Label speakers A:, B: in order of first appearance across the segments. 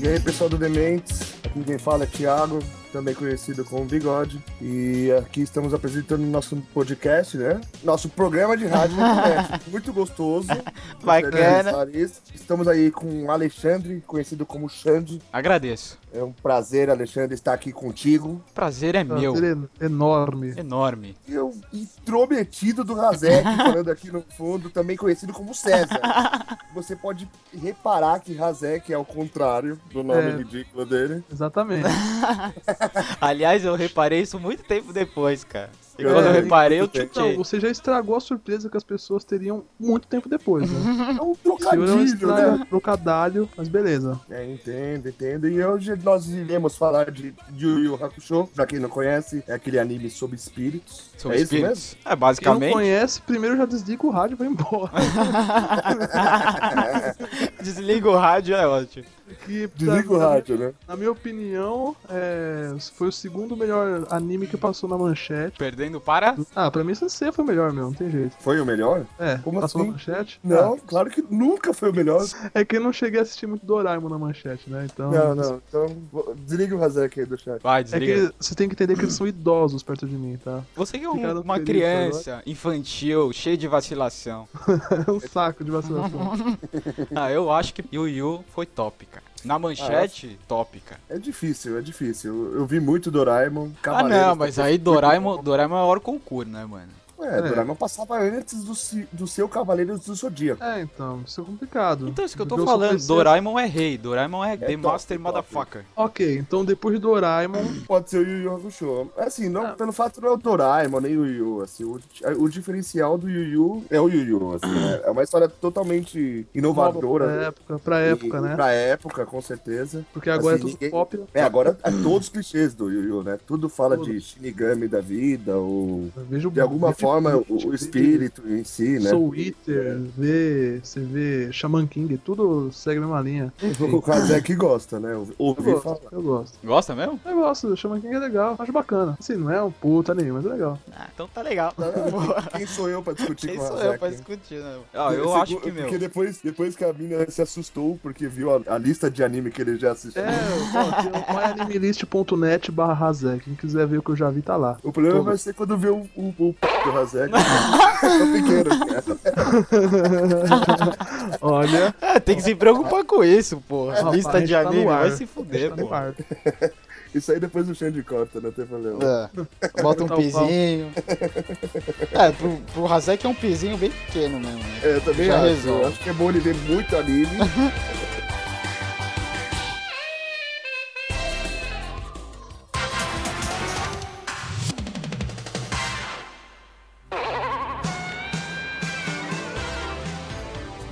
A: E aí, pessoal do Dementes, aqui quem fala é Thiago, também conhecido como Bigode. E aqui estamos apresentando nosso podcast, né? Nosso programa de rádio na internet. Muito gostoso.
B: Bacana.
A: Estamos aí com o Alexandre, conhecido como Xande.
B: Agradeço.
A: É um prazer, Alexandre, estar aqui contigo.
B: Prazer é meu.
C: Prazer en- Ah,
A: é
B: É.
C: enorme.
B: Enorme.
A: E o intrometido do Razek, falando aqui no fundo, também conhecido como César. Você pode reparar que Razek é ao contrário do nome
C: É.
A: ridículo dele.
C: Exatamente.
B: Aliás, eu reparei isso muito tempo depois, cara. E
A: É,
B: quando eu reparei, eu
A: muito tempo.
C: Não,
B: tutei.
C: você já estragou a surpresa que as pessoas teriam muito tempo depois, né?
A: É um
C: O senhor é um
A: trocadilho, né?
C: estra- trocadilho, mas beleza.
A: É, entendo, entendo. E hoje nós iremos falar de Yu Yu Hakusho. Pra quem não conhece, é aquele anime sobre espíritos.
B: Sobre
A: é isso mesmo?
B: espíritos. É,
C: Quem não
B: basicamente.
C: conhece, primeiro já desliga o rádio e vai embora.
B: Desliga o rádio, é ótimo.
C: Porque, pra
A: Desliga o
C: mim,
A: rádio, né?
C: Na minha opinião, é, foi o segundo melhor anime que passou na manchete.
B: Perdendo para.
C: Ah, pra mim Sensei foi o melhor mesmo, não tem jeito.
A: Foi o melhor?
C: É,
A: Como
C: passou
A: assim?
C: na manchete?
A: Não, claro que nunca foi o melhor.
C: Ah, é que eu não cheguei a assistir muito Doraemon na manchete, né? Então.
A: Não, não. Então, vou- desliga o Razek aí do chat.
B: Vai,
C: É
B: desliga.
C: que você tem que entender que eles são idosos perto de mim, tá?
B: Você que é um-
C: Ficaram
B: uma
C: felizes
B: criança infantil, cheia de vacilação.
C: É um saco de vacilação.
B: Ah, eu acho que Yu Yu foi top, cara. Na manchete, top, cara.
A: Ah, É difícil, é difícil. Eu, eu vi muito Doraemon.
B: Ah,
A: Cavaleiros
B: não, mas
A: também.
B: aí Doraemon, Doraemon é hora concurso, né, mano?
A: É, Doraemon passava antes do, ci- do seu Cavaleiros do Zodíaco.
C: é, então, isso é complicado.
B: Então, isso que eu tô
C: Porque
B: falando,
C: sou PC.
B: Doraemon é rei, Doraemon é, The
A: top,
B: Master
A: top.
B: Motherfucker.
C: Ok, então depois de Doraemon,
A: Pode ser o Yu Yu Hakusho. Assim, não, pelo fato não é o Doraemon, nem o Yu Yu. Assim, o, di- o diferencial do Yu Yu é o Yu Yu. Assim, né? É uma história totalmente inovadora.
C: pra
A: né?
C: época, é, pra
A: E-
C: época, né?
A: Pra época, com certeza.
C: Porque agora
A: assim,
C: é tudo
A: ninguém-
C: pop.
A: É, agora é todos os clichês do Yu Yu, né? Tudo fala de
C: Todos.
A: Shinigami da vida, ou
C: Eu Vejo
A: de alguma
C: vejo
A: forma o,
C: tudo,
A: o espírito em si, né?
C: Soul Eater, vê, você vê Shaman King, tudo segue a mesma linha.
A: O Kazek gosta, né?
C: Eu
A: Ouvi falar.
C: gosto, eu gosto.
B: Gosta mesmo?
C: Eu gosto, o Shaman King é legal, acho bacana. Assim, não é um puta nenhum, mas é legal.
B: Ah, então tá legal.
A: Quem sou eu pra discutir
B: Quem
A: com o
B: sou
A: Razek?
B: eu pra discutir, né? Ah, eu
A: Esse-
B: acho que, meu,
A: Porque depois, depois que a mina se assustou porque viu a, a lista de anime que ele já assistiu.
C: É, ó, tem o myanimelist.net barra Razé. Quem quiser ver o que eu já vi, tá lá.
A: O problema
C: Todos.
A: vai ser quando ver o, o, o p do Razek. Tô pequeno, cara.
C: Olha,
B: É, tem que se preocupar com isso, porra.
C: Rapaz,
B: Lista de
C: tá no
B: anime,
C: ar.
B: vai se
C: a gente
B: fuder,
C: tá no
B: porra.
C: ar.
A: Isso aí depois o Xande corta, não tem problema.
B: É. Bota um
C: Tá o pau.
B: pizinho. É, pro, pro Hazek é um pizinho bem pequeno mesmo, né?
A: É, eu também
B: Já
A: acho.
B: resolve.
A: Eu acho que é bom ele ver muito anime.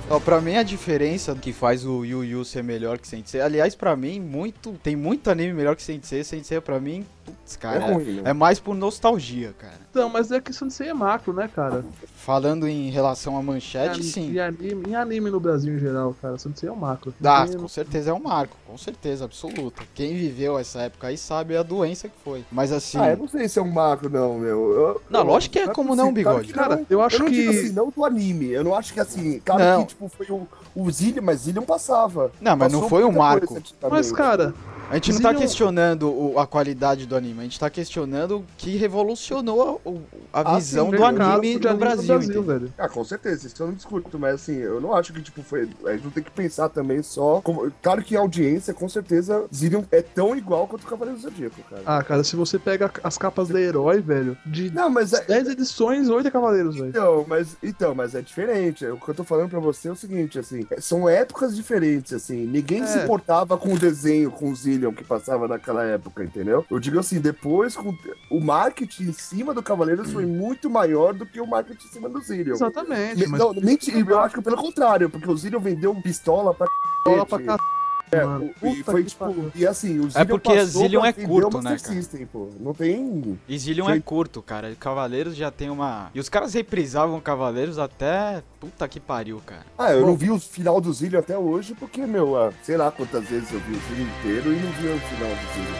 B: Ó, pra mim a diferença que faz o Yu Yu ser melhor que Sensei, aliás, pra mim, muito, tem muito anime melhor que Sensei, Sensei pra mim, putz,
A: É
B: cara,
A: ruim, né?
B: é mais por nostalgia, cara.
C: Então, mas é que isso não sei é macro, né, cara?
B: Falando em relação a
C: Em-
B: manchete,
C: Em
B: sim.
C: anime, em anime no Brasil em geral, cara, isso não sei é o macro.
B: Ah,
C: Tem-
B: com certeza é um marco, com certeza, absoluta. Quem viveu essa época aí sabe a doença que foi. Mas assim,
A: Ah, eu não sei se é um macro, não, meu. Eu-
B: Não,
A: eu-
B: lógico que é como não,
A: possível. Claro
B: Bigode.
A: que não.
C: Cara, eu acho
A: eu não
C: que.
A: digo assim, não do anime. Eu não acho que assim, claro
B: Não.
A: que tipo, foi o, o Zillion, mas Zillion passava.
B: Não, mas não
A: Passou
B: foi um
A: muita
B: marco.
A: coisa antigamente.
C: Mas, cara,
B: a gente não tá
C: Zillion-
B: questionando o- a qualidade do anime, a gente tá questionando o que revolucionou o- a,
A: sim,
B: visão Então do
C: mercado
B: anime
C: um assim, tipo, de
B: no Brasil. então. entendeu?
C: velho.
A: Ah, com certeza, isso eu não discuto, mas assim, eu não acho que, tipo, foi. A gente não tem que pensar também só. como- Claro que a audiência, com certeza, Zillion é tão igual quanto o Cavaleiro do Zodíaco, cara.
C: Ah, cara, se você pega as capas da Herói, velho, de
A: Não, mas é.
C: 10 edições, 8 é Cavaleiros, velho.
A: Então mas, então, mas é diferente. O que eu tô falando pra você é o seguinte, assim, é- são épocas diferentes, assim. Ninguém
C: É.
A: se importava com o desenho, com o Zillion que passava naquela época, entendeu? Eu digo assim, depois, com o marketing em cima do Cavaleiros foi muito maior do que o marketing em cima do Zillion.
C: Hum. Exatamente,
A: Me-
C: mas
A: Não, mentira, eu acho que pelo contrário, porque o Zillion vendeu pistola pra
C: bola pra
B: é,
A: cacete.
C: cacete, mano.
A: E
C: Puta
A: foi
C: que
A: tipo,
C: pariu.
A: e assim, o Zillion
B: porque
A: passou
B: Zillion
A: pra
B: é
A: vender
B: curto,
A: o
B: né,
A: Master
B: cara?
A: System, pô. Não tem.
B: E Zillion é
A: Sim.
B: curto, cara. E Cavaleiros já tem uma. E os caras reprisavam Cavaleiros até. Puta que pariu, cara.
A: Ah, eu
C: Bom.
A: não vi o final do Zillion até hoje, porque, meu, ah, sei lá quantas vezes eu vi o Zillion inteiro e não vi o final do Zillion.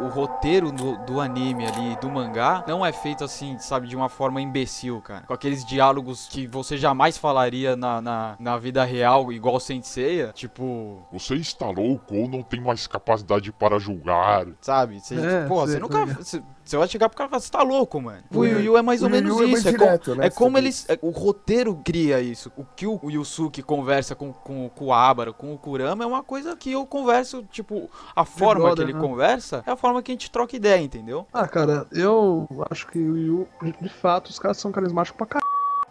B: o roteiro do, do anime ali, do mangá, não é feito assim, sabe, de uma forma imbecil, cara. Com aqueles diálogos que você jamais falaria na, na, na vida real, igual Senseiya. Tipo,
D: Você está louco ou não tem mais capacidade para julgar?
B: sabe? Você,
C: É,
B: pô,
C: sei,
B: você
C: tá
B: nunca.
C: ligado.
B: Você você vai chegar pro cara e falar, você tá louco, mano. O
A: É.
B: Yu Yu é mais
A: O
B: ou
A: Yu
B: menos
A: Yu é mais
B: isso. É,
A: direto,
B: como,
A: né,
B: é como
A: sobre
B: eles. é- o roteiro cria isso. O que o Yusuke conversa com, com, com o Abara, com o Kurama, é uma coisa que eu converso, tipo, a forma
C: brother,
B: que ele
C: né?
B: conversa é a forma que a gente troca ideia, entendeu?
C: Ah, cara, eu acho que o Yu, de fato, os caras são carismáticos pra caralho.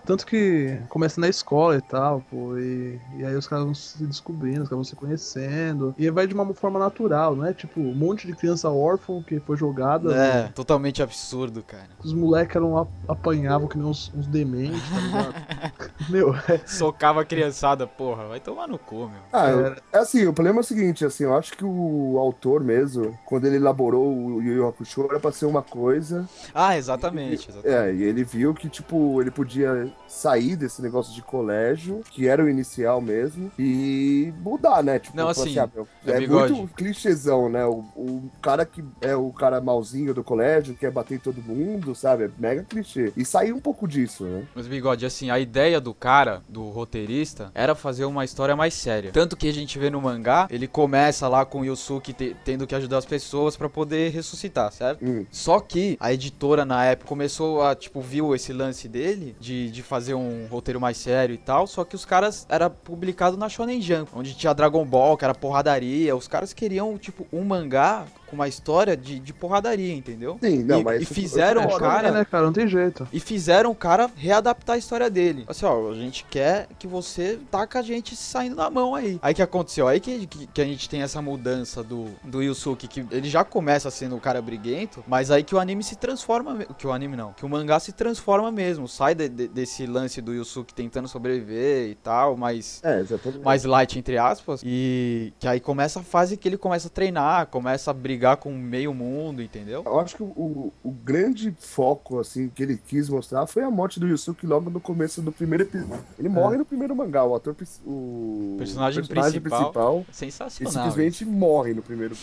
C: Tanto que começa na escola e tal, pô, e, e aí os caras vão se descobrindo, os caras vão se conhecendo. E vai de uma forma natural, não é tipo um monte de criança órfã que foi jogada.
B: É, totalmente absurdo, cara.
C: Os moleques eram a- apanhavam que nem uns, uns dementes, tá ligado? Meu, é,
B: Socava a criançada, porra, vai tomar no cu, meu.
A: Ah, eu-
C: Era.
A: é assim, o problema é o seguinte, assim, eu acho que o autor mesmo, quando ele elaborou o Yu Yu Hakusho, era pra ser uma coisa,
B: Ah, exatamente, exatamente.
A: é, e ele viu que, tipo, ele podia sair desse negócio de colégio, que era o inicial mesmo, e mudar, né? Tipo,
B: Não,
A: falar
B: assim,
A: ah, meu,
B: é
A: é
B: bigode.
A: muito clichêzão, né? O, o cara que é o cara malzinho do colégio, quer bater em todo mundo, sabe? É mega clichê. E sair um pouco disso, né?
B: Mas, Bigode, assim, a ideia do cara, do roteirista, era fazer uma história mais séria. Tanto que a gente vê no mangá, ele começa lá com o Yusuke te- tendo que ajudar as pessoas pra poder ressuscitar, certo?
A: Hum.
B: Só que a editora na época começou a, tipo, viu esse lance dele de, de fazer um roteiro mais sério e tal. Só que os caras era publicado na Shonen Jump, onde tinha Dragon Ball, que era porradaria. Os caras queriam, tipo, um mangá com uma história de, de porradaria, entendeu?
A: Sim, não,
B: E-
A: mas... tipo,
B: e fizeram
C: é,
B: o um cara-
C: né, cara? Não tem jeito.
B: E fizeram o cara readaptar a história dele. Assim, ó, a gente quer que você taca a gente saindo na mão aí. Aí que aconteceu? Aí que, que, que a gente tem essa mudança do, do Yusuke, que ele já começa sendo o cara briguento, mas aí que o anime se transforma. me- Que o anime não. Que o mangá se transforma mesmo. Sai de- de- desse lance do Yusuke tentando sobreviver e tal, mas
A: É, exatamente.
B: mais light, entre aspas. E que aí começa a fase que ele começa a treinar, começa a brigar com meio mundo, entendeu?
A: Eu acho que o, o grande foco, assim, que ele quis mostrar foi a morte do Yusuke logo no começo do primeiro episódio.
C: É.
A: Ele morre no primeiro mangá, o ator, pris- o
B: Personagem
A: principal, ele
B: Sensacional.
A: simplesmente morre no primeiro,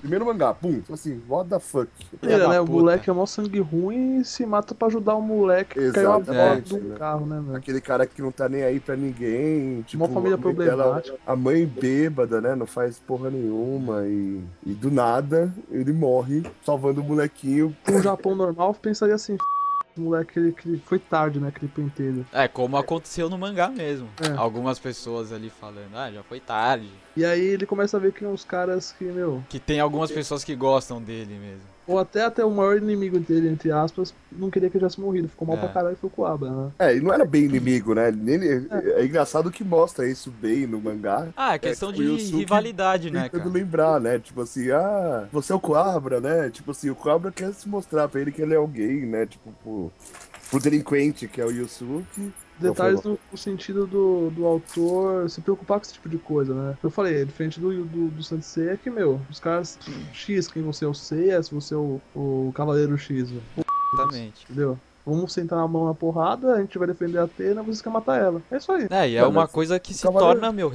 A: primeiro mangá, pum. Então, assim, what the fuck.
B: Filha
C: É,
B: da
C: né? O
B: puta.
C: moleque é mó sangue ruim e se mata pra ajudar o moleque que caiu a
B: É.
C: bola
A: Exatamente,
C: de um
A: né?
C: carro, né, velho?
A: Aquele cara que não tá nem aí pra ninguém. Tipo,
C: Uma família
A: a mãe dela-
C: problemática.
A: a mãe bêbada, né? Não faz porra nenhuma. E, e do nada, ele morre salvando o molequinho.
C: um Japão normal pensaria assim, "F***, esse moleque, ele, que ele- foi tarde, né, aquele pentelho.
B: É, como aconteceu no mangá mesmo.
C: É.
B: Algumas pessoas ali falando, ah, já foi tarde.
C: E aí ele começa a ver que uns caras que, meu,
B: Que tem algumas pessoas que gostam dele mesmo.
C: ou até até o maior inimigo dele, entre aspas, não queria que ele tivesse morrido, ficou mal
B: É.
C: pra caralho e foi com o Abra, né?
A: É, e não era bem inimigo, né? Ele- é engraçado que mostra isso bem no mangá.
B: Ah, é questão de
A: tipo, Yusuke
B: rivalidade, né,
A: tentando
B: cara?
A: lembrar, né? Tipo assim, ah, você é o Cobra, né? Tipo assim, o Cobra quer se mostrar pra ele que ele é alguém, né? Tipo, pro, pro delinquente que é o Yusuke.
B: Então
A: Não,
C: Detalhes no, no sentido do, do autor se preocupar com esse tipo de coisa, né? Eu falei, diferente do, do, do Sensei é que, meu, os caras X, quem você é o Seiya, se você é o, o Cavaleiro X, velho.
B: Exatamente.
C: entendeu? Vamos sentar a mão na porrada, a gente vai defender a Atena, você quer matar ela. É isso aí.
B: É, e é
A: Não,
B: uma
A: mas
B: coisa que se
A: Cavaleiro-
B: torna, meu,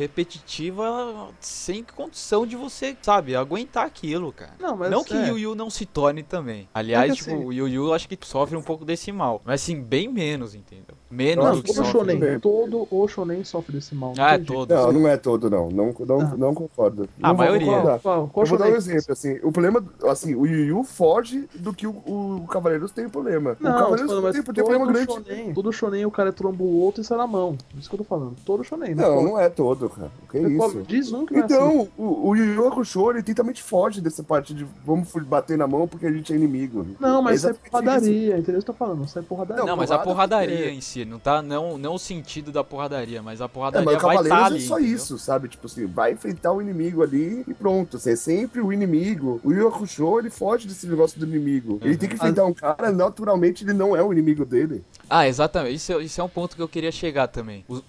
B: repetitiva sem condição de você, sabe, aguentar aquilo, cara.
C: Não, mas
B: não que
C: é.
B: Yu Yu não se torne também. Aliás,
C: É que
B: tipo,
C: assim-
B: o Yu Yu acho que sofre um pouco desse mal. Mas assim, bem menos, entendeu? Menos
A: Não,
B: do que
C: todo
A: como
B: sofre.
C: shonen,
A: mesmo.
C: todo o shonen sofre desse mal.
B: Ah, é
C: Entendi.
B: todo.
A: Não, não é todo, não. Não, não,
C: Ah.
A: não concordo.
B: A
A: Não vou
B: maioria.
A: concordar.
C: Qual, qual
A: Eu vou dar um
C: shonen?
A: exemplo, assim. O problema, assim, o Yu Yu foge do que o, o Cavaleiros tem problema.
C: Não,
A: o Cavaleiros
C: tô falando, mas
A: tem, tem
C: todo
A: problema grande.
C: shonen, todo shonen o cara tromba o outro e sai na mão. Isso que eu tô falando. Todo shonen. né?
A: Não,
C: Pô,
A: não é todo, cara. O que é
C: pô,
A: isso?
C: Diz um que não é assim.
A: Então, o, o Yu Yu Hakusho, ele também foge dessa parte de vamos fu- bater na mão porque a gente é inimigo.
C: Não, mas
A: é
C: sai
A: exatamente isso.
C: porradaria, entendeu? Isso que eu tô falando, sai porradaria.
B: Não,
A: Não,
B: mas a
A: porrada porque-
B: porradaria em si, não tá não, não o sentido da porradaria, mas a
A: É,
B: porradaria
A: mas o
B: vai
A: Cavaleiros
B: estar
A: é
B: ali.
A: só
B: entendeu?
A: isso, sabe? Tipo assim, vai enfrentar o inimigo ali e pronto. Assim, é sempre o inimigo. O Yu
C: Uhum.
A: Hakusho, ele foge desse negócio do inimigo. Ele tem que enfrentar um cara, naturalmente ele não é o inimigo dele.
B: Ah, exatamente. Isso, é- isso é um ponto que eu queria chegar também. Os,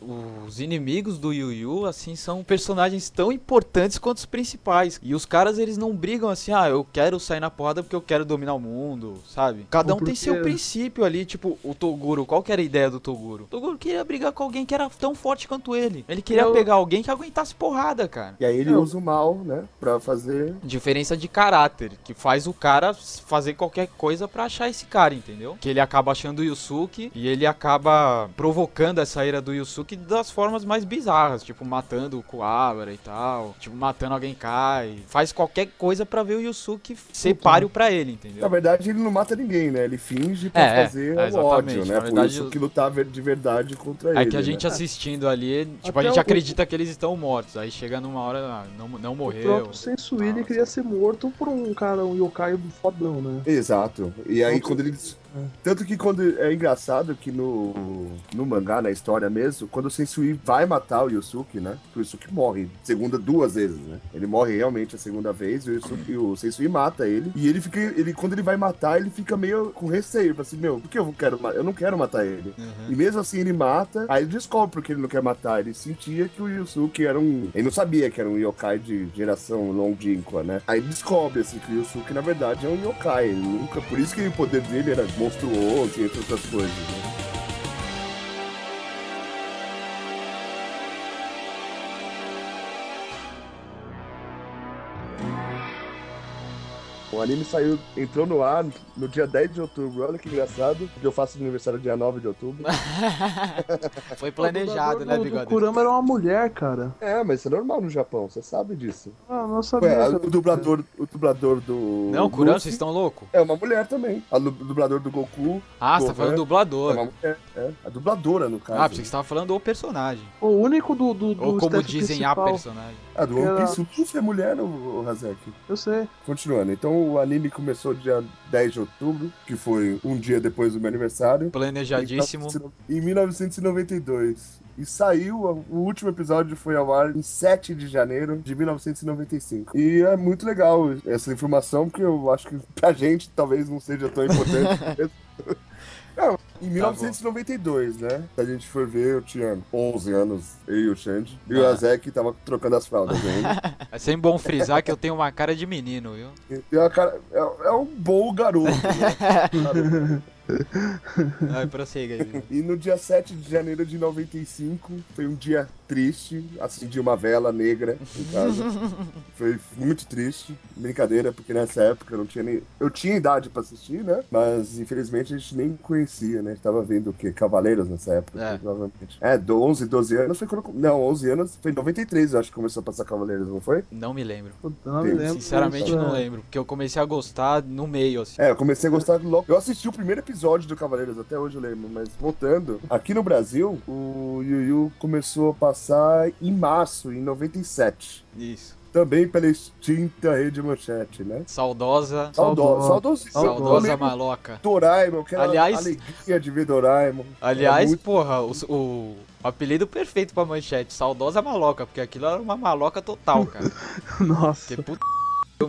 B: os inimigos do Yu Yu, assim, são personagens tão importantes quanto os principais. E os caras, eles não brigam assim, ah, eu quero sair na porrada porque eu quero dominar o mundo, sabe? Cada um tem seu
C: Porque-
B: princípio ali, tipo, o Toguro, qual que era a ideia do Toguro? O Toguro queria brigar com alguém que era tão forte quanto ele. Ele queria
C: Eu-
B: pegar alguém que aguentasse porrada, cara.
A: E aí ele
C: Não.
A: usa o mal, né? Pra fazer.
B: Diferença de caráter, que faz o cara s- fazer qualquer coisa pra achar esse cara, entendeu? Que ele acaba achando o Yusuke e ele acaba provocando essa ira do Yusuke das formas mais bizarras, tipo matando o Kuwabara e tal, tipo matando alguém cai, faz qualquer coisa pra ver o Yusuke ser páreo pra ele,
A: Na
C: Tá
B: entendeu?
A: verdade, ele não mata ninguém, né? Ele finge pra
B: É, é.
A: fazer
B: É,
A: o ódio,
B: exatamente.
A: né?
B: Na
A: Por
B: verdade,
A: isso
B: eu-
A: que lutar ver- de verdade contra ele.
B: É que a gente
A: né?
B: assistindo ali, tipo, a
C: Até
B: gente
C: o-
B: acredita que eles estão mortos, aí chega numa hora, ah, não, não
C: O
B: morreu. é
C: próprio Sensui, ele
B: Nossa.
C: queria ser morto por um cara, um yokai fodão, né?
A: Exato. E aí
C: Então,
A: quando ele.
C: é.
A: Tanto que quando. É engraçado que no. No mangá, na história mesmo, quando o Sensui vai matar o Yusuke, né? O Yusuke morre segunda duas vezes, né? Ele morre realmente a segunda vez, e o, Yusuke, o Sensui mata ele. E ele fica. Ele, quando ele vai matar, ele fica meio com receio. fala Assim, meu, por que eu quero ma- Eu não quero matar ele.
B: Uhum.
A: E mesmo assim ele mata, aí ele descobre porque ele não quer matar. Ele sentia que o Yusuke era um. Ele não sabia que era um yokai de geração longínqua, né? Aí ele descobre assim que o Yusuke na verdade é um yokai. Ele nunca... Por isso que o poder dele era monstruoso e entre outras coisas. Né? O anime saiu, entrou no ar no dia 10 de outubro. Olha que engraçado, porque eu faço aniversário dia 9 de outubro.
B: Foi
C: O
B: planejado,
C: dublador
B: né,
C: do-
B: Bigode?
C: Do Kurama era uma mulher, cara.
A: É, mas isso é normal no Japão, você sabe disso.
C: Ah, não sabia.
A: Ué, a-
C: cara.
A: o dublador, o dublador do.
B: Não, Kurama,
A: Luffy
B: vocês estão loucos?
A: É uma mulher também. A lu- o dublador do Goku
B: Ah, você tá
A: Gohan.
B: falando
A: é
B: dublador.
A: uma mulher. É, a dubladora, no caso.
B: Ah, pensei que você tava falando o personagem.
C: O único do. do, do
B: Ou como
C: staff
B: dizem a
C: principal.
B: personagem.
A: A do One
C: Ela-
A: Piece, o Luffy é mulher, o, o Hazek.
C: Eu sei.
A: Continuando, então o anime começou dia 10 de outubro, que foi um dia depois do meu aniversário.
B: Planejadíssimo.
A: Em 1992. E saiu, o último episódio foi ao ar em 7 de janeiro de 1995. E é muito legal essa informação, porque eu acho que pra gente talvez não seja tão importante. Não, em 1992, né? Se a gente for ver, eu tinha 11 anos, eu e o Xande. E o
B: Ah.
A: Azek tava trocando as fraldas né? ainda.
B: É sempre bom frisar que eu tenho uma cara de menino, viu?
A: E é, cara, é, é um bom garoto, né? Garoto.
B: Ai, prossiga aí. Bigode.
A: E no dia 7 de janeiro de 95, foi um dia triste, acendi uma vela negra em casa. foi muito triste, brincadeira, porque nessa época eu não tinha nem... Eu tinha idade pra assistir, né? Mas infelizmente a gente nem conhecia, né? A gente tava vendo o quê? Cavaleiros nessa época,
B: É.
A: provavelmente. É, do 11, 12 anos foi quando... Não, 11 anos, foi em 93 eu acho que começou a passar Cavaleiros, não foi?
B: Não me lembro.
C: Puta, não me lembro.
B: Sinceramente,
C: disso,
B: não
C: né?
B: lembro. Porque eu comecei a gostar no meio, assim.
A: É, eu comecei a gostar logo. Eu assisti o primeiro episódio do Cavaleiros, até hoje eu lembro, mas voltando. Aqui no Brasil, o Yu Yu começou a passar em março, em 97.
B: Isso.
A: Também pela extinta Rede Manchete, né?
B: Saudosa.
A: Saudosa.
C: Saudosa.
A: Saudosa.
B: Saudosa
A: Eu lembro
B: maloca.
A: Doraemon, aquela
B: Aliás-
A: alegria de ver Doraemon. Era
B: Aliás,
A: É muito-
B: porra, o, o apelido perfeito pra manchete, saudosa maloca, porque aquilo era uma maloca total, cara.
C: Nossa.
B: Que puta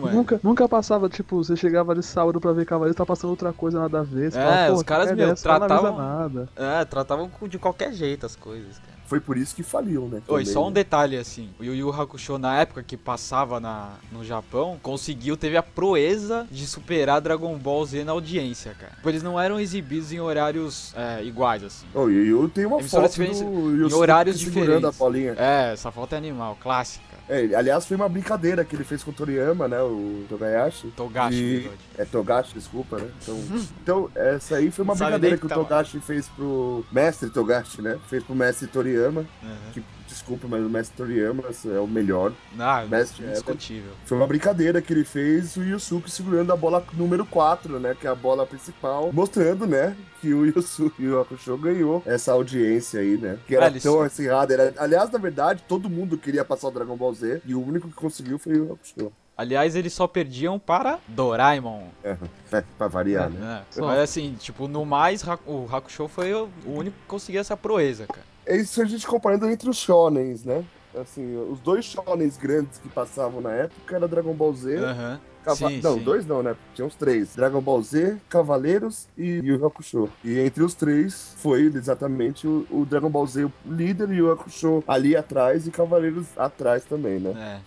B: mano.
C: Nunca, nunca passava, tipo, você chegava de sábado pra ver Cavaleiro, tá passando outra coisa nada a ver. Você
B: É,
C: fala, "Pô,
B: os
C: que
B: caras,
C: merda
B: meu,
C: é essa? Não analisa
B: tratavam-
C: nada.
B: É, tratavam com- de qualquer jeito as coisas, cara.
A: Foi por isso que faliu, né?
B: Oi,
A: também,
B: só um
A: né?
B: detalhe assim, o Yu Yu Hakusho na época que passava na, no Japão, conseguiu, teve a proeza de superar Dragon Ball Z na audiência, cara. Tipo, Eles não eram exibidos em horários é, iguais, assim.
A: Ô, Yu Yu tem uma
B: Emissora
A: foto
B: diferente-
A: do Yu
B: em horários
A: segurando a
B: diferentes.
A: bolinha.
B: É, essa foto é animal, clássica.
A: É, aliás, foi uma brincadeira que ele fez com o Toriyama, né? O Togayashi.
B: Togashi,
A: E-
B: bigode.
A: É Togashi, desculpa, né? Então, então, essa aí foi uma
B: Não sabe
A: brincadeira
B: nem
A: que o
B: que tá lá.
A: Togashi fez pro mestre Togashi, né? Fez pro mestre Toriyama,
B: Uhum.
A: que, desculpa, mas o mestre Toriyama é o melhor.
B: Ah,
A: Best
B: indiscutível.
A: Foi uma brincadeira que ele fez, o Yusuke segurando a bola número 4, né? Que é a bola principal, mostrando, né? Que o Yusuke e o Hakusho ganhou essa audiência aí, né? Que era
B: Ah, eles-
A: tão acirrada. Era... Aliás, na verdade, todo mundo queria passar o Dragon Ball Z e o único que conseguiu foi o Hakusho.
B: Aliás, eles só perdiam para Doraemon.
A: É, pra variar, né?
B: né?
C: Só.
B: Mas assim, tipo, no mais, Ha- o Hakusho foi o o único que conseguiu essa proeza, cara.
A: É isso a gente comparando entre os shonens, né? assim, os dois shonens grandes que passavam na época era Dragon Ball Z,
B: Aham.
A: Cava-
B: Ah, Sim,
A: não,
B: sim.
A: dois não, né? Tinha uns três. Dragon Ball Z, Cavaleiros e Yu Yu Hakusho. E entre os três foi exatamente o, o Dragon Ball Z o líder e o Yu Hakusho ali atrás e Cavaleiros atrás também, né?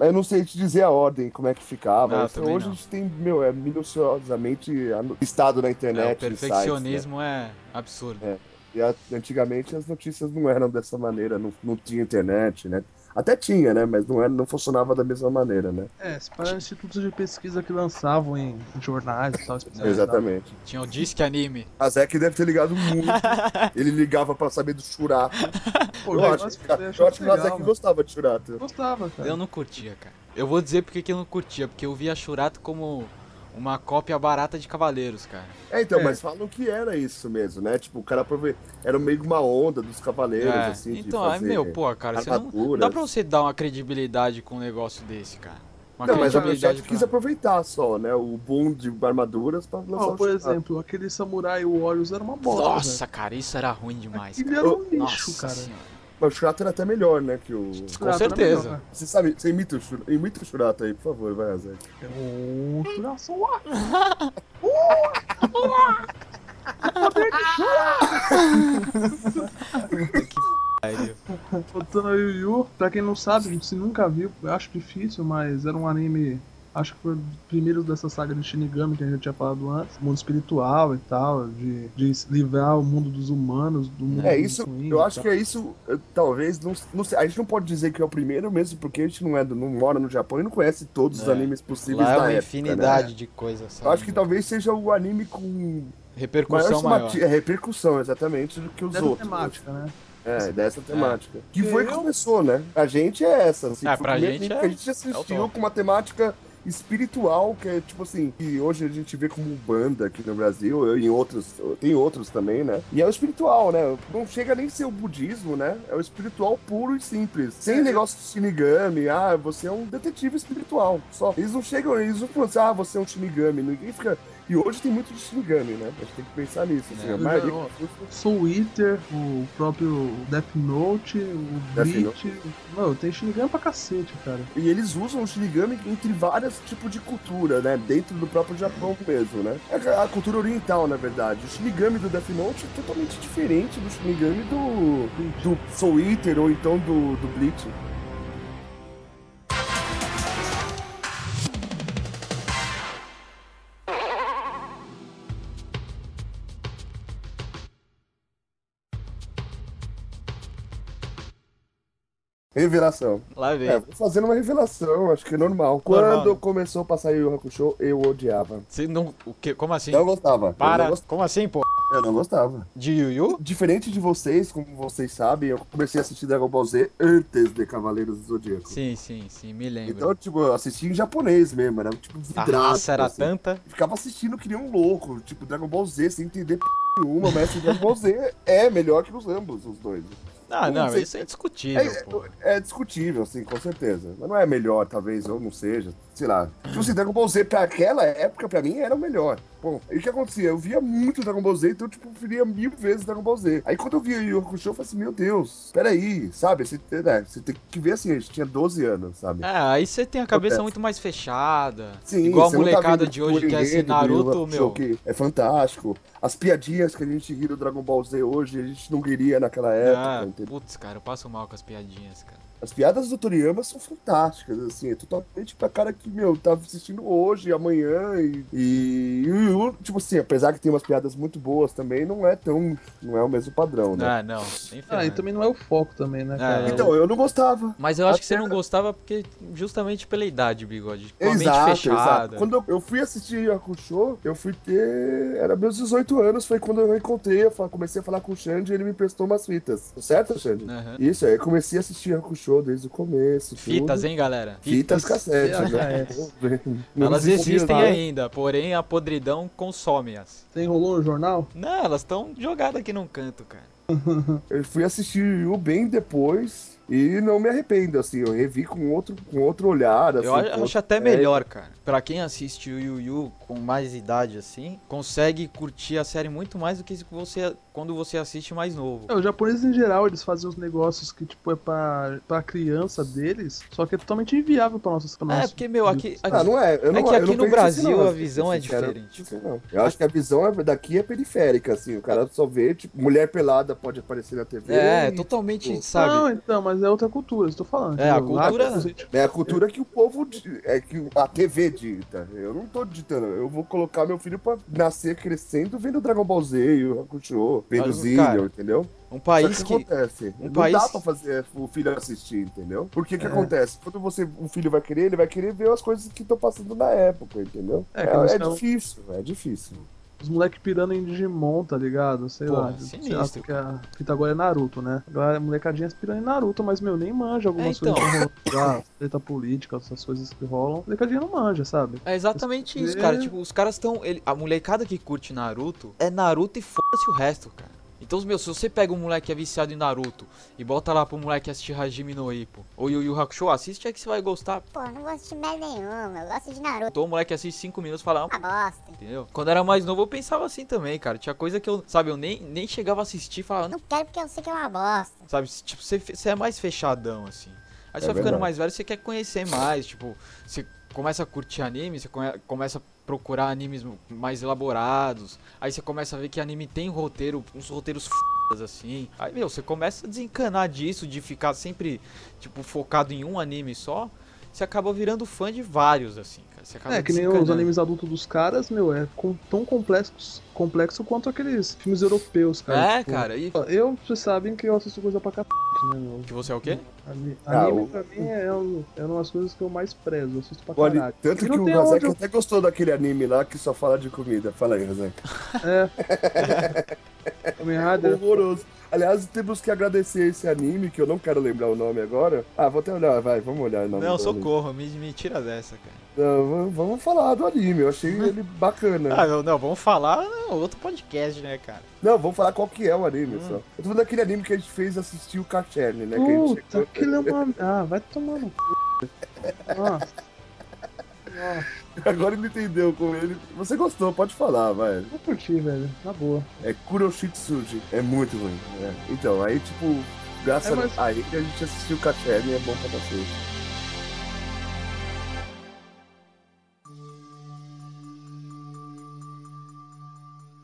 B: É.
A: Eu não sei te dizer a ordem, como é que ficava.
B: Ah,
A: Isso
B: também
A: hoje
B: não.
A: a gente tem, meu, é minuciosamente ano- listado na
B: É, o
A: internet. em sites, né?
B: perfeccionismo é absurdo.
A: É. E a- antigamente as notícias não eram dessa maneira, não, não tinha internet, né? Até tinha, né? Mas não, era, não funcionava da mesma maneira, né?
C: É, se para institutos de pesquisa que lançavam em jornais e tal,
B: É,
C: especializados.
A: Exatamente.
B: Tinha o Disque Anime.
A: A Zeke deve ter ligado muito. Ele ligava pra saber do Churato.
C: Pô,
A: Eu acho,
C: negócio-
A: cara, eu
C: achava
A: acho é que o Zeke
B: né?
C: mano.
A: gostava de Churato.
C: Gostava, cara.
B: Eu não curtia, cara. Eu vou dizer porque que eu não curtia, porque eu via Shurato como uma cópia barata de Cavaleiros, cara.
A: É, então,
C: É.
A: mas falam que era isso mesmo, né? Tipo, o cara aprove... era meio que uma onda dos cavaleiros,
B: É.
A: assim.
B: então,
A: de
B: aí,
A: fazer...
B: meu, pô, cara, você não, não
A: armaduras.
B: dá pra você dar uma credibilidade com um negócio desse, cara. Uma
A: Não, mas a
B: credibilidade
A: Manchete quis
B: pra-
A: aproveitar só, né? O boom de armaduras pra lançar
C: Ó,
A: o
C: por
A: Churato. Ah,
C: exemplo, aquele samurai, o Warriors era uma bosta.
A: né?
C: velho.
B: Nossa, cara, isso era ruim demais,
C: Ele
B: cara.
C: era um lixo,
B: Nossa
C: cara.
B: senhora.
A: Mas o Churato era até melhor, né? Que o...
B: Com certeza.
A: Você sabe, você imita o Churato, imita o Churato aí, por favor, vai, Zé.
C: É um coração. Ah,
B: é
C: Voltando ao Yu Yu, pra quem não sabe, se nunca viu, eu acho difícil, mas era um anime. Acho que foi o primeiro dessa saga de Shinigami que a gente já tinha falado antes. Mundo espiritual e tal, de, de se livrar o mundo dos humanos, do mundo
A: É
C: dos
A: isso,
C: ruins
A: eu
C: e
B: tá.
A: acho
C: tal.
A: que é isso, eh, talvez, não, não sei, a gente não pode dizer que é o primeiro mesmo, porque a gente não, é, do- não mora no Japão e não conhece todos os
B: É.
A: animes possíveis
B: Lá é
A: da
B: uma
A: época,
B: infinidade
A: né?
B: de coisas, sabe?
A: Eu acho que talvez seja o anime com maior,
B: Repercussão maior.
A: somati- é, repercussão, exatamente, do que os
C: Dessa
A: é um outros.
C: temática, né?
A: É, dessa temática. Que
C: Eu-
A: foi que começou, né? A gente é essa. Assim,
B: Ah,
A: foi o
B: pra
A: primeiro
B: gente
A: anime
B: é-
A: que A gente
B: é o
A: assistiu
B: top.
A: com uma temática espiritual, que é tipo assim, que hoje a gente vê como banda aqui no Brasil, e em outros, tem outros também, né? E é o espiritual, né? Não chega nem a ser o budismo, né? É o espiritual puro e simples. Sem negócio de Shinigami, ah, você é um detetive espiritual. Só. Eles não chegam, eles não falam assim, ah, você é um Shinigami. Ninguém fica. E hoje tem muito de Shinigami, né? A gente tem que pensar nisso. Assim,
B: É.
A: a maioria-
C: Eu Soul Eater, o próprio Death Note, o
A: Death
C: Bleach. Mano, tem Shinigami pra cacete, cara.
A: E eles usam o Shinigami entre vários tipos de cultura, né? Dentro do próprio Japão mesmo, né? É a cultura oriental, na verdade. O Shinigami do Death Note é totalmente diferente do Shinigami do, do Soul Eater ou então do, do Bleach. Revelação.
B: Lá vem.
A: É, vou fazendo uma revelação, acho que é normal. Quando
B: Normal, né?
A: começou a passar Yu Yu Hakusho, eu odiava.
B: Você não. O quê? Como assim?
A: Não gostava. Eu
B: Para.
A: não, gos-
B: Como assim, pô?
A: eu não gostava.
B: De Yu Yu?
A: Diferente de vocês, como vocês sabem, eu comecei a assistir Dragon Ball Z antes de Cavaleiros do Zodíaco.
B: Sim, sim, sim, me lembro.
A: Então, tipo, eu assisti em japonês mesmo, era tipo
B: A
A: vidrado.
B: raça Ah, era
A: assim.
B: tanta.
A: Ficava assistindo que nem um louco, tipo Dragon Ball Z, sem entender p nenhuma, mas assim, Dragon Ball Z é melhor que os ambos, os dois.
B: Ah,
A: Não
B: não,
A: sei.
B: isso é indiscutível,
A: É,
B: pô.
A: é discutível, assim, com certeza. Mas não é melhor, talvez, ou não seja, sei lá. Tipo assim, Dragon Ball Z pra aquela época, pra mim, era o melhor. Bom, e o que acontecia? Eu via muito Dragon Ball Z, então, tipo, eu preferia mil vezes Dragon Ball Z. Aí quando eu via Yu Yu Hakusho, eu falei assim, meu Deus, peraí, sabe? Você, né, você tem que ver assim, a gente tinha 12 anos, sabe?
B: É, aí você tem a cabeça
A: Acontece.
B: muito mais fechada.
A: Sim,
B: Igual a
A: você não tá
B: molecada
A: vendo
B: de hoje que é esse
A: Furinheiro do Yu Yu
B: Naruto,
A: Hakusho,
B: meu.
A: Que é fantástico. As piadinhas que a gente ri do Dragon Ball Z hoje, a gente não riria naquela época,
B: Ah,
A: entendeu?
B: putz, cara, eu passo mal com as piadinhas, cara.
A: As piadas do Toriyama são fantásticas, assim, é totalmente pra cara que, meu, tá assistindo hoje, amanhã, e, e, e o- tipo assim, apesar que tem umas piadas muito boas também, não é tão, não então, é o mesmo padrão, né?
B: Ah, não, nem
C: Ah, e
B: ferrando.
C: também não é o foco também, né, cara?
B: é.
A: Então, eu não gostava.
B: Mas eu acho que você
A: Até-
B: não gostava porque justamente pela idade, bigode. Com a
A: Exato,
B: mente fechada.
A: exato. Quando eu- eu fui assistir Yakusho, eu fui ter. Era meus 18 anos, foi quando eu encontrei, eu fa- comecei a falar com o Xande e ele me prestou umas fitas. Certo, Xande?
B: Aham.
A: Isso, aí eu comecei a assistir Yakusho desde o começo.
B: Fitas,
A: tudo.
B: hein, galera?
A: Fitas cassete, né?
C: VHS.
A: Não
B: Elas
A: existia
B: existem
A: nada.
B: ainda, porém a podridão consome-as.
C: Você enrolou no um jornal?
B: Não, elas estão jogadas aqui num canto, cara.
A: Eu fui assistir Yu bem depois E não me arrependo, assim, eu revi com outro, com outro olhar, assim.
B: Eu
A: com
B: acho,
A: outro-
B: até melhor, cara. Pra quem assiste o Yu Yu com mais idade assim, consegue curtir a série muito mais do que se você quando você assiste mais novo.
C: É, os japoneses em geral, eles fazem uns negócios que, tipo, é pra, pra criança deles, só que é totalmente inviável pra nossa pra
B: É,
C: nosso-
B: porque, meu, aqui.
A: Ah, não é. Eu não,
B: É que
A: eu
B: aqui
A: não penso
B: no
A: assim,
B: Brasil
A: não,
B: a visão é
A: sincero, eu não
B: diferente.
A: penso assim, não. Eu acho que a visão é- daqui é periférica, assim. O cara só vê, tipo, mulher pelada pode aparecer na né, TV.
B: É,
A: e-
B: totalmente,
A: Não,
C: Não,
B: sabe?
C: então, mas é outra cultura, estou falando.
B: É, a
C: entendeu? Lá,
B: cultura-
C: tipo, gente,
A: É a cultura que o povo. di- É que a TV dita. Eu não tô ditando. Eu vou colocar meu filho pra nascer crescendo vendo Dragon Ball Z, e o Hakusho, vendo
B: Mas, cara,
A: Zillion, entendeu?
B: Um
A: Só
B: país
A: que
B: que.
A: acontece.
B: um
A: não dá
B: país-
A: pra fazer é, o filho assistir, entendeu? Porque que acontece? Quando você, o filho vai querer, ele vai querer ver as coisas que estão passando na época, entendeu?
C: É,
A: É,
C: que você
A: é
C: não-
A: difícil, é difícil.
C: Os moleque pirando em Digimon, tá ligado? Sei
B: Pô,
C: lá.
B: sinistro,
C: sei lá, porque a fita agora é Naruto, né? Agora a molecadinha pirando em Naruto, mas, meu, nem manja algumas
B: É, então.
C: coisas que estão rolando. lá, Treta política, essas coisas que rolam. A molecadinha não manja, sabe?
B: É exatamente isso, cara.
C: É.
B: Tipo, os caras estão. A molecada que curte Naruto é Naruto e foda-se o resto, cara. Então, meu, se você pega um moleque que é viciado em Naruto e bota lá pro moleque assistir Hajime no Ippo ou Yu Yu Hakusho, assiste aí que você vai gostar.
E: Pô, não gosto de merda nenhuma, eu gosto de Naruto. é
B: Então o moleque assiste 5 minutos e fala, "Ah,
E: Uma bosta.
B: Entendeu? Quando eu era mais novo, eu pensava assim também, cara. Tinha coisa que eu, sabe, eu nem, nem chegava a assistir e falava,
E: Não quero porque eu sei que é uma bosta.
B: "Não", sabe, tipo, você, você é mais fechadão, assim. Aí você
A: É
B: vai ficando
A: verdade.
B: mais velho, você quer conhecer mais, tipo, você começa a curtir anime, você come- começa a procurar animes mais elaborados. Aí você começa a ver que anime tem roteiro, uns roteiros f***as, assim. Aí, meu, você começa a desencanar disso, de ficar sempre, tipo, focado em um anime só. Você acaba virando fã de vários, assim, cara. Você acaba
C: É, que nem os
B: desencanando.
C: animes adultos dos caras, meu, é com- tão complexo, complexo quanto aqueles filmes europeus, cara.
B: É,
C: Tipo,
B: cara. E
C: Eu, vocês sabem que eu assisto coisa pra cacete, né, meu?
B: que você é o quê?
C: Ani-
A: Ah,
C: Anime
A: o-
C: pra mim é, um- é uma das coisas que eu mais prezo, eu assisto pra
A: Olha,
C: caralho.
A: tanto
C: E
A: que
C: não
A: o
C: tem onde
A: Razek
C: eu-
A: até gostou daquele anime lá que só fala de comida. Fala aí, Razek.
C: É. Homem
A: É
C: Rider.
A: horroroso. Aliás, temos que agradecer esse anime, que eu não quero lembrar o nome agora. Ah, vou até olhar, vai, vamos olhar o nome
B: Não,
A: do anime.
B: socorro, me, me tira dessa, cara.
A: Não, vamos- vamos falar do anime, eu achei ele bacana.
B: Ah, não, não, vamos falar não, outro podcast, né, cara?
A: Não, vamos falar qual que é o anime
B: Hum.
A: só. Eu tô falando daquele anime que a gente fez assistir o Cacherne, né? que a gente
C: Puta,
A: chegou-
C: aquilo é uma. Ah, vai tomar no c. Nossa. Nossa,
A: Agora ele entendeu com ele. Você gostou, pode falar, vai.
C: não curti, velho. Na boa.
A: É Kuroshitsuji. É muito ruim. é. Então, aí tipo, graças
C: É, mas-
A: a aí que a gente assistiu o Cacherne é bom pra vocês.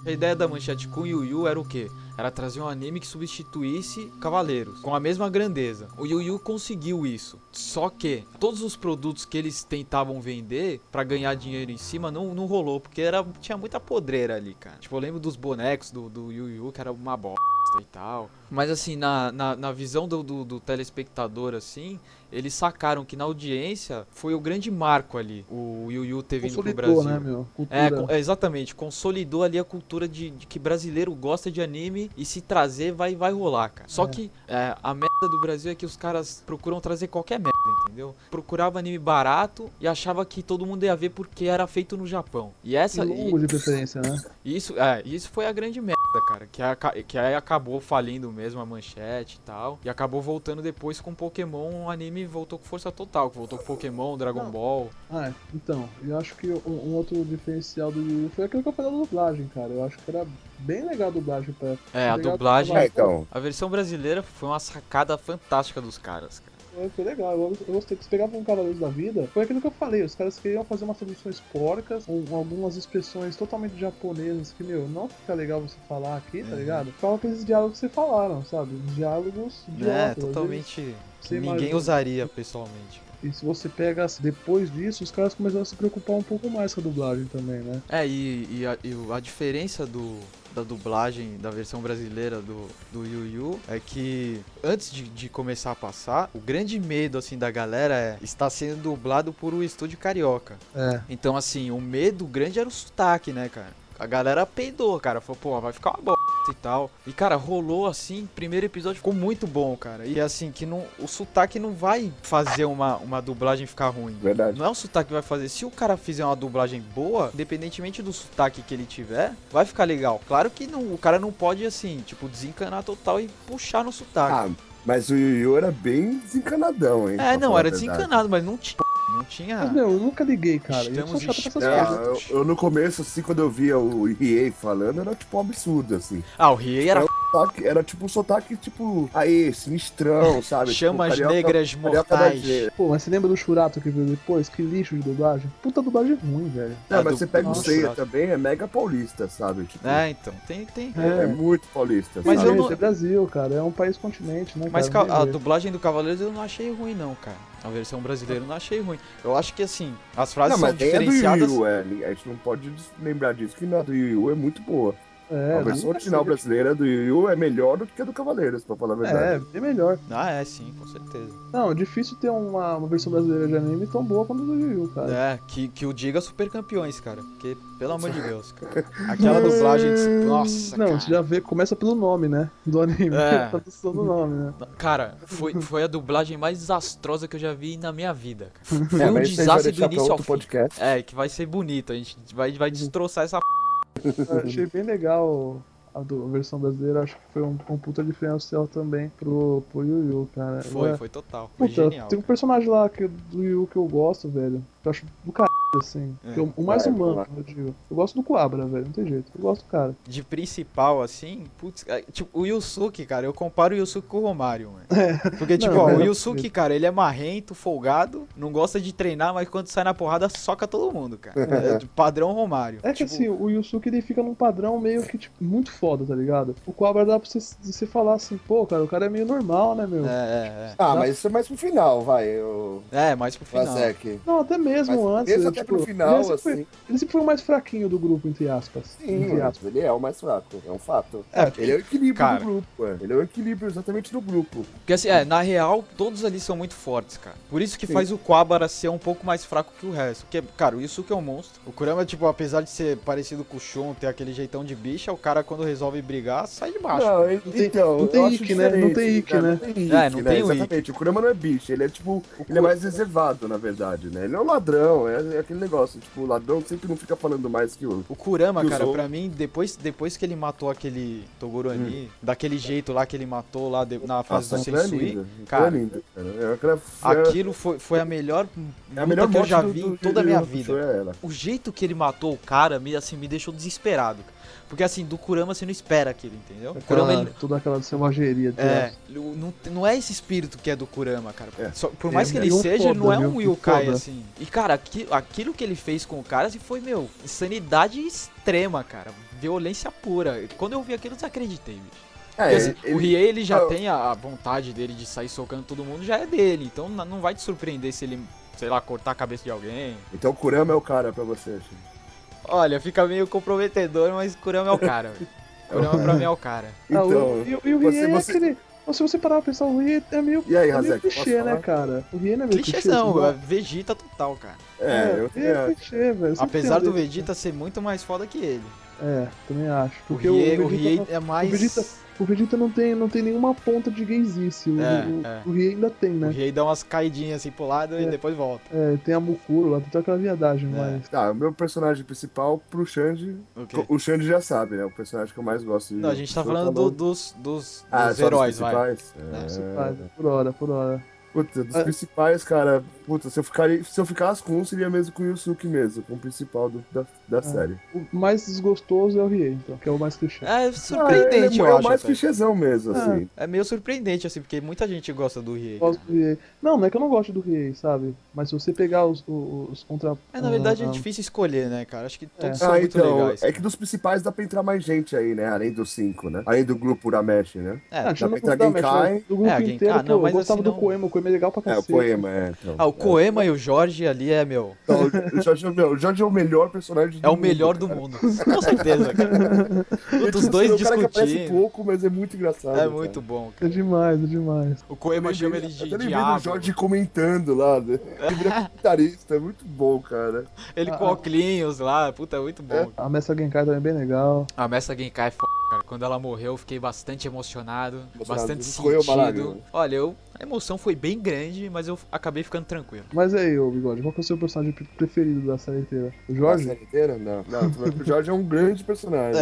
B: A ideia da manchete com Yu Yu era o quê? Era trazer um anime que substituísse Cavaleiros, com a mesma grandeza. O Yu Yu conseguiu isso. Só que todos os produtos que eles tentavam vender pra ganhar dinheiro em cima não, não rolou, porque era, tinha muita podreira ali, cara. Tipo, eu lembro dos bonecos do, do Yu Yu, que era uma bosta e tal. Mas assim, na, na, na visão do, do, do telespectador, assim, eles sacaram que na audiência foi o grande marco ali, o Yu Yu ter vindo pro
C: Consolidou,
B: Brasil.
C: né, meu? Cultura.
B: É, con- é, exatamente. Consolidou ali a cultura de, de que brasileiro gosta de anime e se trazer vai, vai rolar, cara. Só
C: É.
B: que é, a merda do Brasil é que os caras procuram trazer qualquer merda, entendeu? Procurava anime barato e achava que todo mundo ia ver porque era feito no Japão. E essa.
C: E longo de preferência, né?
B: E isso, é, isso foi a grande merda, cara. Que, aca- que aí acabou falindo mesmo a manchete e tal. E acabou voltando depois com Pokémon. O anime voltou com força total. que Voltou com Pokémon, Dragon
C: Não.
B: Ball.
C: Ah, é. então, eu acho que um, um outro diferencial do Yu Yu foi aquilo que eu falei da dublagem, cara. Eu acho que era bem legal a dublagem pra.
B: É, a
C: Obrigado,
B: dublagem.
C: Tomás.
A: É, então.
B: A versão brasileira foi uma sacada fantástica dos caras, cara.
C: Foi, foi legal, eu, eu gostei. Eles pegavam um Cavaleiros da Vida, foi aquilo que eu falei, os caras queriam fazer umas traduções porcas, com algumas expressões totalmente japonesas que, meu, não fica legal você falar aqui, tá
B: Uhum.
C: ligado? Ficava com esses diálogos que você falaram, sabe? Diálogos idiotas,
B: É,
C: às vezes.
B: totalmente.
C: Você
B: ninguém
C: imagina.
B: usaria pessoalmente.
C: E se você pega assim, depois disso, os caras começaram a se preocupar um pouco mais com a dublagem também, né?
B: É, e, e a, e o- a diferença do, da dublagem da versão brasileira do, do Yu Yu é que antes de, de começar a passar, o grande medo assim da galera é está sendo dublado por um estúdio carioca.
C: É.
B: Então, assim, o medo grande era o sotaque, né, cara? A galera peidou, cara. Falou, pô, vai ficar uma bosta e tal. E, cara, rolou assim, primeiro episódio ficou muito bom, cara. E assim, que não, o sotaque não vai fazer uma, uma dublagem ficar ruim.
A: Verdade.
B: Não é o sotaque que vai fazer. Se o cara fizer uma dublagem boa, independentemente do sotaque que ele tiver, vai ficar legal. Claro que não, o cara não pode, assim, tipo, desencanar total e puxar no sotaque.
A: Ah, Mas o Yu Yu era bem desencanadão, hein?
B: É,
A: pra
B: não,
A: falar
B: era
A: a verdade.
B: desencanado, mas não tinha. Não tinha.
C: Mas, meu, eu nunca liguei, cara. eu
B: Estamos
C: sou chato pra essas
B: em-
C: coisas.
A: É, eu, eu no começo, assim, quando eu via o EA falando, era tipo um absurdo, assim.
B: Ah, o Riei era.
A: Sotaque- Era tipo um sotaque, tipo, aí, sinistrão, sabe?
B: Chamas
A: tipo, carioca-
B: negras
A: carioca da
B: mortais.
A: gê-
C: Pô, mas você lembra do Churato que veio depois? Que lixo de dublagem. Puta dublagem ruim, velho.
A: Não,
B: Ah,
A: É, mas
B: do-
A: você pega
B: Nossa,
A: o Seiya
B: Rafa.
A: também, é mega paulista, sabe? Tipo, é,
B: É, então, tem. tem...
A: é muito paulista.
B: Mas
A: sabe?
B: eu não-
C: É Brasil, cara. É um país continente, né?
A: tá
B: Mas
C: cara?
B: ca-
C: Não tem
B: a
C: jeito.
B: dublagem do Cavaleiros eu não achei ruim, não, cara. A versão brasileira eu não achei ruim. Eu acho que assim, as frases
A: Não, mas
B: são
A: tem a do Yu
B: diferenciadas.
A: Yu, é. A gente não pode des- lembrar disso, que não, a do Yu Yu é muito boa.
C: É,
A: a versão
C: nunca
A: original
C: sei.
A: brasileira do Yu Yu é melhor do que a do Cavaleiros, pra falar a
C: É,
A: verdade.
C: bem melhor.
B: Ah, é, sim, com certeza.
C: Não, é difícil ter uma, uma versão brasileira de anime tão boa quanto a do Yu Yu, cara.
B: É, que, que o diga super campeões, cara. Porque, pelo amor de Deus, cara. Aquela dublagem.
A: eh,
C: Hum.
B: De... Nossa,
C: Não,
B: cara.
C: você já vê, começa pelo nome, né? Do anime.
B: É.
C: tradução do nome, né?
B: Cara, foi, foi a dublagem mais desastrosa que eu já vi na minha vida, cara.
A: É,
B: Foi um
A: mas isso aí a gente vai
B: desastre do
A: deixar pra
B: início ao
A: outro
B: fim.
A: podcast.
B: É, que vai ser bonito, a gente vai, vai destroçar essa p.
C: Eu achei bem legal a, do- a versão brasileira. Acho que foi um, um puta diferencial também pro, pro Yu Yu, cara.
B: Foi,
C: É.
B: foi total. Foi
C: Puta,
B: genial.
C: tem um personagem lá que, do Yu que eu gosto, velho. Que eu acho do caralho, assim.
B: É.
C: Que é o- o mais
A: Vai,
C: humano,
A: vai.
C: eu digo. Eu gosto do Coabra, velho. Não tem jeito. Eu gosto do cara.
B: De principal, assim, putz, é, tipo, o Yusuke, cara, eu comparo o Yusuke com o Romário, mano. Porque, tipo,
C: Não,
B: ó,
C: mas
B: o
C: eu-
B: Yusuke, cara, ele é marrento, folgado, não gosta de treinar, mas quando sai na porrada, soca todo mundo, cara. É do padrão Romário.
C: É que
B: Tipo,
C: assim, o Yusuke ele fica num padrão meio que, tipo, muito foda, tá ligado? O Coabra dá pra você, você falar assim, pô, cara, o cara é meio normal, né, meu?
B: É,
A: Ah, mas isso é mais pro final, vai, eu...
B: é, é. É, mais pro
A: Tá
B: final.
A: Vasek.
C: Não, até mesmo
A: Mas
C: antes.
A: mesmo
C: né,
A: até
C: tipo,
A: pro final,
C: ele sempre, foi,
A: assim.
C: ele sempre foi o mais fraquinho do grupo, entre aspas.
A: Sim,
C: entre aspas.
A: mas ele é o mais fraco, é um fato.
C: É,
A: Ele é o equilíbrio
B: Uhum. Cara.
A: do grupo, é. Ele é o equilíbrio exatamente do grupo.
B: Porque assim, é, na real, todos ali são muito fortes, cara. Por isso que
A: Sim.
B: faz o Quabara ser um pouco mais fraco que o resto. Porque, cara, o Yusuke é um monstro. O Kurama, tipo, apesar de ser parecido com o Shun, ter aquele jeitão de bicha, o cara quando resolve brigar, sai de baixo.
A: Não, ele-
C: Não tem-
A: então,
C: não tem
A: eu acho
C: Ikki, né? Não
A: diferente,
C: tem Ikki,
A: cara,
C: né?
A: Não tem Ikki,
B: É, não
A: né?
B: tem o Ikki.
A: Exatamente, o Kurama não é bicho, ele é tipo, ele é mais reservado, na verdade, né? Ele é um ladrão, é, é aquele negócio, tipo, o ladrão sempre não fica falando mais que o...
B: O Kurama,
A: Que
B: cara,
A: usou.
B: pra mim, depois, depois que ele matou aquele Toguro
A: Hum.
B: ali, daquele jeito lá que ele matou lá de- na fase do
A: Nossa, aquilo é
B: Sensui,
A: lindo, aquilo é
B: cara,
A: lindo, cara. É, aquela-
B: aquilo foi, foi a melhor
A: é
B: luta que eu
A: morte
B: já
A: do-
B: vi
A: do-
B: em toda a
A: do-
B: minha
A: do-
B: vida.
A: É ela.
B: O jeito que ele matou o cara, me, assim, me deixou desesperado. cara. Porque, assim, do Kurama você não espera aquilo,
A: É
B: entendeu? O Kurama,
C: Aquela,
B: ele...
C: Toda aquela selvageria. entre
B: um É,
C: aspas.
B: o- não, não é esse espírito que é do Kurama, cara.
A: É.
B: Só- por mais
C: É,
B: que ele
C: é um
B: seja, ele não é
C: foda,
B: um
C: viu? Um
B: yokai,
C: foda.
B: assim. E, cara, aqui- aquilo que ele fez com o cara assim, foi, meu, insanidade extrema, cara. Violência pura. Quando eu vi aquilo, eu desacreditei, bicho.
A: É,
B: Porque, assim,
A: ele-
B: O Riei, ele já
A: Ah, eu-
B: tem a, a vontade dele de sair socando todo mundo, já é dele. Então n- não vai te surpreender se ele, sei lá, cortar a cabeça de alguém.
A: Então o Kurama é o cara pra você, assim.
B: Olha, fica meio comprometedor, mas Kurama é o cara, velho. Kurama pra mim é o cara.
C: Ah,
A: Então,
C: o, e, o- e o
A: você-
C: Rie é
A: você-
C: aquele. Ou se você parar pra pensar, o Rie é meio.
A: E aí,
C: é meio
A: Razek, posso
C: clichê, né,
A: falar?
C: cara? O Rie não é meio clichê.
B: Clichêzão,
C: assim,
B: é Vegeta total, cara.
A: É, eu
C: Rie é
A: tenho...
C: clichê, velho. sempre
B: Apesar
C: tem
B: do
C: um desse.
B: Vegeta ser muito mais foda que ele.
C: É, também acho. Porque
B: o Rie, o
C: Vegeta
B: Rie
C: não-
B: é mais.
C: o Vegeta- O Vegeta não tem, não tem nenhuma ponta de gaysice. O,
B: É,
C: o,
B: é.
C: o Rie ainda tem,
B: O
C: né?
B: Rie dá umas caidinhas assim pro lado e
C: É.
B: depois volta.
C: É, tem a Mukuro lá, tem toda aquela viadagem,
B: É.
C: mas.
A: Tá, o meu personagem principal pro Xande...
B: Ok.
A: O Xande já sabe, né? O personagem que eu mais gosto. de-
B: Não, a gente tá
A: Eu
B: falando do-
A: falando-
B: dos, dos,
A: um- Ah,
B: dos
A: só dos
B: heróis, vai.
A: principais? É.
C: Você faz, né? por hora, por hora.
A: Puta, dos
C: Ah.
A: principais, cara, puta, se eu, ficaria, se eu ficasse com um, seria mesmo com o Yusuke mesmo, com o principal do- da, da
B: Ah.
A: série.
C: O mais desgostoso é o Rie, então, que é o mais clichê.
B: É
A: Ah, ele
B: surpreendente,
A: é,
B: eu
A: é o
B: acho.
A: mais
B: até.
A: clichêzão mesmo, assim.
B: É meio surpreendente, assim, porque muita gente gosta do Rie.
C: Eu gosto do Rie. Não, não é que eu não gosto do Rie, sabe? Mas se você pegar os, os, os contra.
B: É, na verdade é
C: ah,
B: difícil escolher, né, cara? Acho que todos são
A: Ah,
B: muito
A: então,
B: legais.
A: é que dos principais dá pra entrar mais gente aí, né? Além dos cinco, né? Além do grupo Uramesh, né?
B: É,
C: Ah,
A: dá
C: chama o
A: pra
C: grupo da
A: entrar Genkai.
C: Mesh, né? do
B: É,
C: grupo
B: Genkai,
C: inteiro,
B: não,
C: pô,
B: mas
C: eu gostava
B: assim,
C: do
B: não-
C: Koema, o Koema é legal pra
A: É,
C: cacete.
A: o poema, é. Então,
B: Ah, o
A: é.
B: Koema e o Jorge ali é, meu,
A: Então, o Jorge é o meu- o Jorge é o melhor personagem do
B: é o
A: mundo,
B: melhor do
A: cara.
B: mundo. Com certeza, cara.
A: Ele,
B: Os
A: tipo,
B: dois
A: é um cara que aparece
B: discutindo.
A: pouco, mas é muito engraçado.
B: É
A: cara.
B: muito bom,
C: É
B: cara.
C: demais, é demais.
B: O Koema
A: Eu
B: chama
A: lembrei-
B: ele de
A: Eu tô lembrando
B: diabo.
A: o Jorge comentando lá, né? Ele vira comentarista, é muito bom, cara.
B: Ele com
C: Ah, ah.
B: óculos lá, puta, é muito bom. Ah,
C: A Messa Genkai também é bem legal.
B: A Messa Genkai é f... cara. Quando ela morreu, eu fiquei bastante emocionado,
A: Emocionado.
B: bastante
A: Correu né?
B: sentido.
A: maravilha.
B: Olha, eu A emoção foi bem grande, mas eu acabei ficando tranquilo.
C: Mas aí, ô Bigode, qual que é o seu personagem pre- preferido da série inteira? O Jorge?
A: A série inteira? Não. Não, tu lembra que o Jorge é um grande personagem.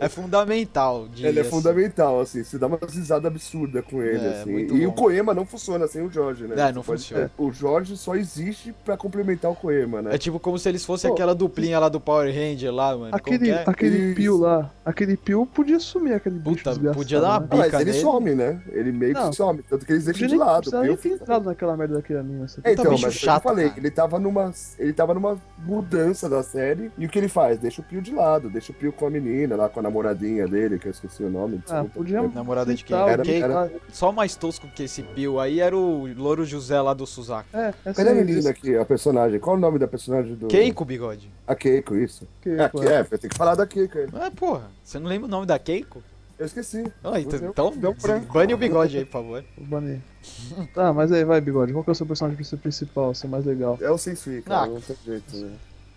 B: É fundamental. diria
A: Ele é
B: assim.
A: fundamental, assim, você dá uma risada absurda com ele,
B: É,
A: assim.
B: muito
A: E o
B: bom.
A: Coema não funciona sem o Jorge, né?
B: É, não
A: Você pode-
B: funciona.
A: é, O Jorge só existe pra complementar o Coema, né?
B: É tipo como se eles fossem
C: Pô.
B: aquela duplinha lá do Power Ranger lá, mano.
C: Aquele, tá
B: Como que é?
C: aquele
A: Isso.
C: Pio lá, aquele Pio podia sumir aquele bicho
B: Puta,
C: desgraçado,
B: podia dar uma
C: né?
A: Ah, mas
B: bica
A: ele
B: nele.
A: some, né? Ele meio
C: Não.
A: que some, tanto que eles deixam
C: Podia
A: de
C: nem,
A: lado.
C: precisava nem
A: Eu-
C: ter entrado naquela merda daquele anime. Assim.
A: É,
B: Puta
A: então, mas
B: bicho
A: foi o que
B: chato,
A: eu falei,
B: cara.
A: ele tava numa. Ele tava numa mudança da série. E o que ele faz? Deixa o Pio de lado, deixa o Pio com a menina lá, com a namoradinha dele, que eu esqueci o nome.
C: Ah,
A: desculpa.
C: podia
B: Namorada de quem?
C: citar
A: Era-
C: alguém
A: era-
C: lá.
B: Só o mais tosco que esse Bill aí era o Louro José lá do Suzaku.
C: É, essa
A: Cadê a
C: aí,
A: menina aqui, a personagem? Qual é o nome da personagem do.
B: Keiko Bigode.
A: A Keiko, isso.
C: Keiko,
A: é, que-
C: é.
A: é, tem que falar da Keiko. é.
B: Ah, porra, você não lembra o nome da Keiko?
A: Eu esqueci.
B: Ah,
C: é
B: então,
A: Deu-
B: então
A: deu
C: né?
A: branco.
B: bane o bigode aí, por favor.
C: Eu banei. Tá, mas aí vai, Bigode. Qual que é o seu personagem princi- principal, assim, mais legal?
A: É o Sensui, cara,
B: Ah,
A: não tem jeito, né?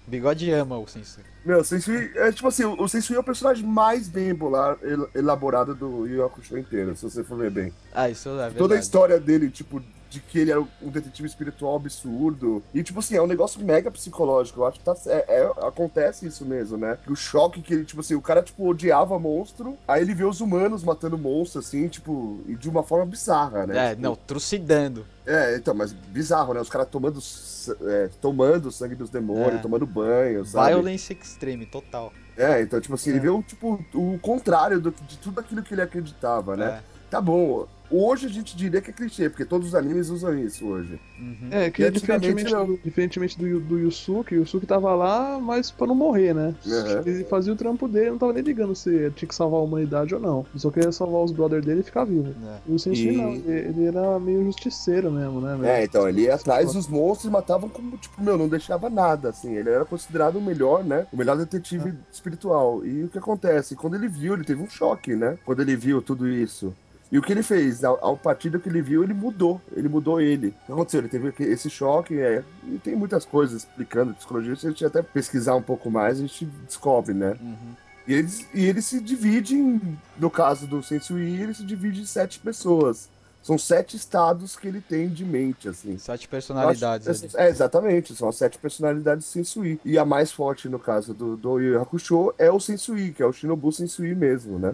B: Bigode ama o Sensei.
A: Meu, o Sensui, é tipo assim, o Sensui é o personagem mais bem embolar, el- elaborado do Yu Yu Hakusho inteiro, se você for ver bem.
B: Ah, isso é verdade.
A: Toda a história dele, tipo, de que ele era um detetive espiritual absurdo. E, tipo assim, é um negócio mega psicológico. Eu acho que tá, é, é- acontece isso mesmo, né? Que o choque que ele, tipo assim, o cara, tipo, odiava monstro, aí ele vê os humanos matando monstro, assim, tipo, e de uma forma bizarra, né?
B: É,
A: Tipo,
B: não, trucidando.
A: É, então, mas bizarro, né? Os caras tomando, s- é, tomando o sangue dos demônios,
B: É.
A: tomando banho, sabe?
B: Violence extreme, total.
A: É, então, tipo assim, ele vê o, tipo, o contrário do- de tudo aquilo que ele acreditava, né?
B: É.
A: Tá bom, hoje a gente diria que é clichê, porque todos os animes usam isso hoje.
B: É, uhum.
C: É, que
A: E antigamente
C: diferentemente, do- diferentemente do, Yu- do Yusuke, o Yusuke tava lá, mas pra não morrer, né?
A: Aham.
C: Ele fazia o trampo dele, não tava nem ligando se tinha que salvar a humanidade ou não. Ele só queria salvar os brothers dele e ficar vivo.
B: É.
C: E o Sensei
A: E-
C: não, ele, ele era meio justiceiro mesmo, né? velho?
A: É, então, ele ia atrás dos monstros e matavam como, tipo, meu, não deixava nada, assim. Ele era considerado o melhor, né? O melhor detetive espiritual. E o que acontece? Quando ele viu, ele teve um choque, né? Quando ele viu tudo isso. E o que ele fez? Ao, ao partir do que ele viu, ele mudou. Ele mudou ele. O que aconteceu? Ele teve esse choque, é. E tem muitas coisas explicando psicologia. Se a gente até pesquisar um pouco mais, a gente descobre, né?
B: Uhum.
A: E ele, e ele se divide, em, no caso do Sensui, ele se divide em sete pessoas. São sete estados que ele tem de mente, assim.
B: Sete personalidades assim.
A: Eu acho-
B: ali.
A: é, exatamente, são as sete personalidades Sensui. E a mais forte, no caso do, do Yu Yu Hakusho, é o Sensui, que é o Shinobu Sensui mesmo, né?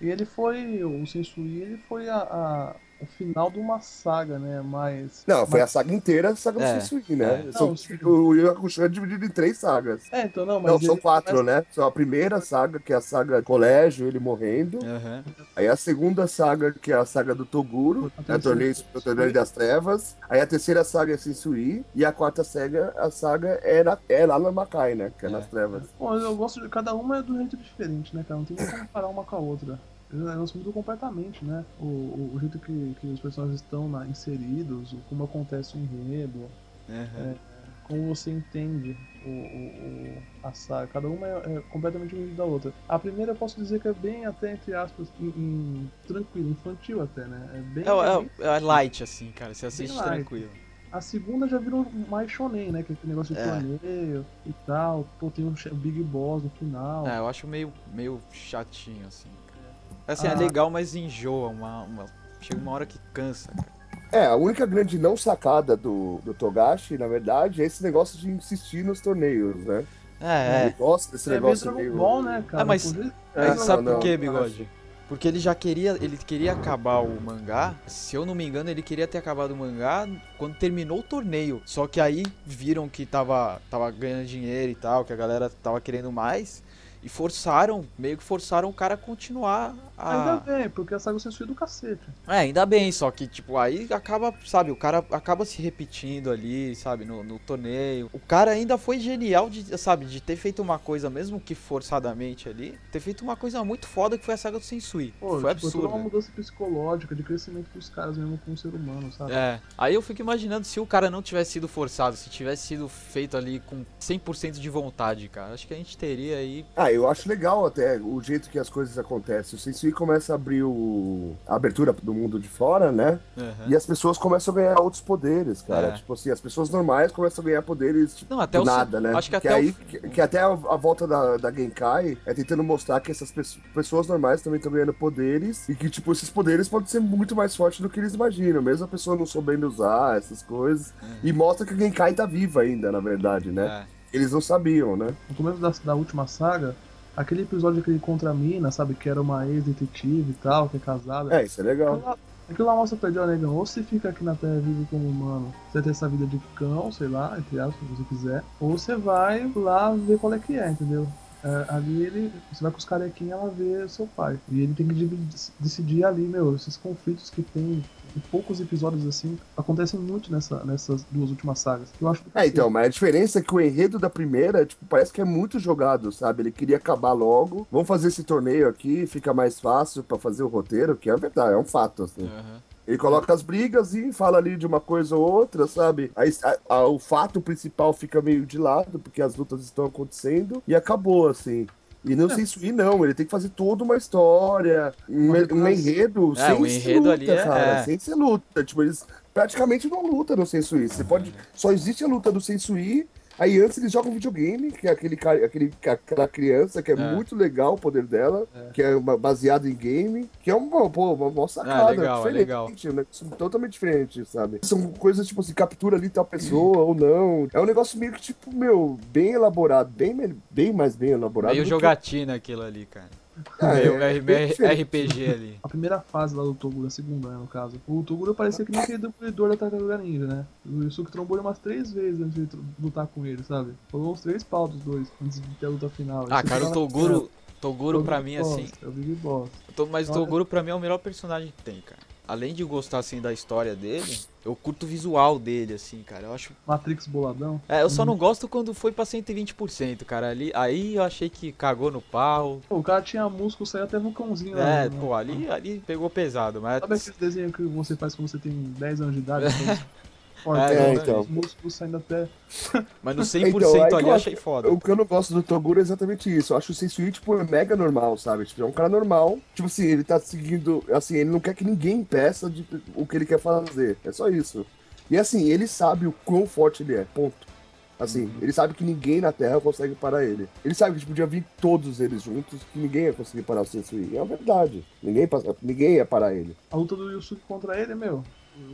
B: É.
C: E ele foi, o Sensui, ele foi a, a- o final de uma saga, né? Mas.
A: Não, foi a
C: mas-
A: saga inteira, a saga do
B: É,
A: Sensui, né?
B: é.
A: São-
C: Não,
A: o Yu Yu Hakusho é dividido em três sagas.
C: É, então não, mas.
A: Não, são
C: ele
A: quatro,
C: começa-
A: né? São a primeira saga, que é a saga colégio, ele morrendo.
B: Aham.
A: Aí a segunda saga, que é a saga do Toguro,
C: A
A: né,
C: terceira-
A: Torneio Superior das Trevas. Aí a terceira saga é Sensui. E a quarta saga, a saga é, na, é lá na Makai, né? Que é,
B: É.
A: nas trevas.
C: Bom, eu gosto de. Cada uma é de um jeito diferente, né, cara? Não tem como comparar uma com a outra. Eles elas mudam completamente, né? O, o- o jeito que, que os personagens estão lá inseridos, o- como acontece o enredo,
B: aham.
C: como você entende o, o- o- a saga. Cada uma é, é completamente diferente da outra. A primeira eu posso dizer que é bem, até entre aspas, in- in- tranquila, infantil até, né? É bem.
B: É, o- é
C: bem-
B: o- é light, assim, cara. Você assiste
C: light.
B: tranquilo.
C: A segunda já virou mais shonen, né? Que é aquele negócio de
B: É.
C: torneio e tal. Pô, tem o che- Big Boss no final.
B: É, eu acho meio, meio chatinho, assim. cara. Assim, é
C: Ah.
B: legal, mas enjoa. Uma, uma- Chega uma hora que cansa, cara.
A: É, a única grande não sacada do, do Togashi, na verdade, é esse negócio de insistir nos torneios, né?
B: É, é.
A: Ele gosta desse
C: É meio
A: negócio
C: Dragon Ball, né, cara?
B: Ah, mas-
C: Por isso-
A: É,
B: Mas sabe
A: não,
B: por
A: não,
B: quê,
A: não acho.
B: Bigode? Porque ele já queria, ele queria acabar o mangá. Se eu não me engano, ele queria ter acabado o mangá quando terminou o torneio. Só que aí viram que tava, tava ganhando dinheiro e tal, que a galera tava querendo mais. E forçaram, meio que forçaram o cara a continuar
C: Ainda
B: a.
C: bem, porque a saga censura do cacete.
B: É, ainda bem, só que, tipo, aí acaba, sabe, o cara acaba se repetindo ali, sabe, no, no torneio. O cara ainda foi genial de, sabe, de ter feito uma coisa, mesmo que forçadamente ali, ter feito uma coisa muito foda que foi a saga do Sensui.
C: Pô,
B: foi
C: tipo, toda uma
B: absurdo.
C: mudança psicológica, de crescimento dos caras mesmo com o ser humano, sabe?
B: É, aí eu fico imaginando se o cara não tivesse sido forçado, se tivesse sido feito ali com 100% de vontade, cara. Acho que a gente teria aí.
A: Ah, Ah, eu acho legal até o jeito que as coisas acontecem. O Sensui começa a abrir o... a abertura do mundo de fora, né?
C: É.
B: Aham.
A: E as pessoas começam a ganhar outros poderes, cara.
B: É.
A: Tipo assim, as pessoas normais começam a ganhar poderes tipo,
B: Não, até
A: do
B: o
A: nada, né?
B: acho que até o-
A: aí, que, que até a, a volta da, da Genkai é tentando mostrar que essas pesso- pessoas normais também estão ganhando poderes e que, tipo, esses poderes podem ser muito mais fortes do que eles imaginam, mesmo a pessoa não soubendo usar essas coisas. E mostra que a Genkai tá viva ainda, na verdade, né?
B: É.
A: Eles não sabiam, né?
C: No começo da, da última saga, aquele episódio que ele contra a mina, sabe? Que era uma ex-detetive e tal, que é casada.
A: É, isso é legal.
C: Aquilo lá- Aquilo lá mostra pra ele, ó, negão, ou você fica aqui na Terra vivo como humano, você tem essa vida de cão, sei lá, entre aspas, se você quiser, ou você vai lá ver qual é que é, entendeu? É, ali ele, você vai com os carequinhos ela vê seu pai. E ele tem que dividir- decidir ali, meu, esses conflitos que tem em poucos episódios assim, acontecem muito nessa, nessas duas últimas sagas. que Eu acho
A: É, então, mas a diferença é que o enredo da primeira, tipo, parece que é muito jogado, sabe? Ele queria acabar logo. Vamos fazer esse torneio aqui, fica mais fácil pra fazer o roteiro, que é verdade, é um fato, assim.
B: Aham.
A: Ele coloca as brigas e fala ali de uma coisa ou outra, sabe? Aí a- a- o fato principal fica meio de lado, porque as lutas estão acontecendo, e acabou, assim. E
B: É.
A: não sei se não, ele tem que fazer toda uma história, um,
C: Uma
A: um
C: decoração.
A: enredo
B: É,
A: sem
B: o
A: se
B: enredo
A: luta,
B: ali é-
A: cara,
B: é.
A: sem ser luta. Tipo, eles praticamente não lutam no Sensui. Você pode, só existe a luta do Sensui, aí antes eles jogam videogame, que é aquele, ca- aquele, ca- aquela criança que é,
B: É.
A: muito legal o poder dela, que é uma- baseado em game, que é uma, pô, uma, uma sacada,
B: Ah, legal, é
A: diferente,
B: legal.
A: um negócio totalmente diferente, sabe? São coisas tipo assim, captura ali tal pessoa ou não. É um negócio meio que tipo, meu, bem elaborado, bem, me- bem mais bem elaborado.
B: Meio
A: do
B: jogatina aquilo ali, cara.
A: que- Ah,
B: Meio
A: é,
B: R-
A: bem diferente.
B: RPG ali.
C: A primeira fase lá do Toguro, a segunda, né, no caso. O Toguro parecia que nem aquele demolidor da Tartaruga Ninja, né? O Yusuke trombou ele umas três vezes antes de tr- lutar com ele, sabe? Falou uns três pau dos dois antes de ter a luta final.
B: Ah,
C: Isso
B: cara, o
C: tava-
B: Toguro.
A: É,
B: Toguro pra mim,
C: Big Boss,
B: assim.
C: É o Big Boss.
B: to- Mas o
C: Olha.
B: Toguro pra mim é o melhor personagem que tem, cara. Além de gostar, assim, da história dele, eu curto o visual dele, assim, cara. Eu acho
C: Matrix boladão.
B: É, eu só
A: Uhum.
B: não gosto quando foi pra 120%, cara. Ali, aí eu achei que cagou no pau.
C: Pô, o cara tinha músculo, saiu até vulcãozinho lá.
B: É,
A: Uhum.
C: né?
B: pô, ali, ali pegou pesado, mas.
C: Sabe aquele desenho que você faz quando você tem 10 anos de idade? Então,
A: É,
B: É,
C: Forte,
A: então.
C: os músculos saindo até.
B: Mas no 100%
A: Então, aí que
B: ali
A: eu
B: eu
A: acho-
B: achei foda.
A: O que eu não gosto do Toguro é exatamente isso. Eu acho o Sensui, tipo, mega normal, sabe? Tipo, é um cara normal. Tipo assim, ele tá seguindo. Assim, ele não quer que ninguém peça de, o que ele quer fazer. É só isso. E assim, ele sabe o quão forte ele é. Ponto. Assim, ele sabe que ninguém na Terra consegue parar ele. Ele sabe que tipo, podia vir todos eles juntos, que ninguém ia conseguir parar o Sensui. É a verdade. Ninguém, passa- ninguém ia parar ele.
C: A luta do Yusuke contra ele, meu.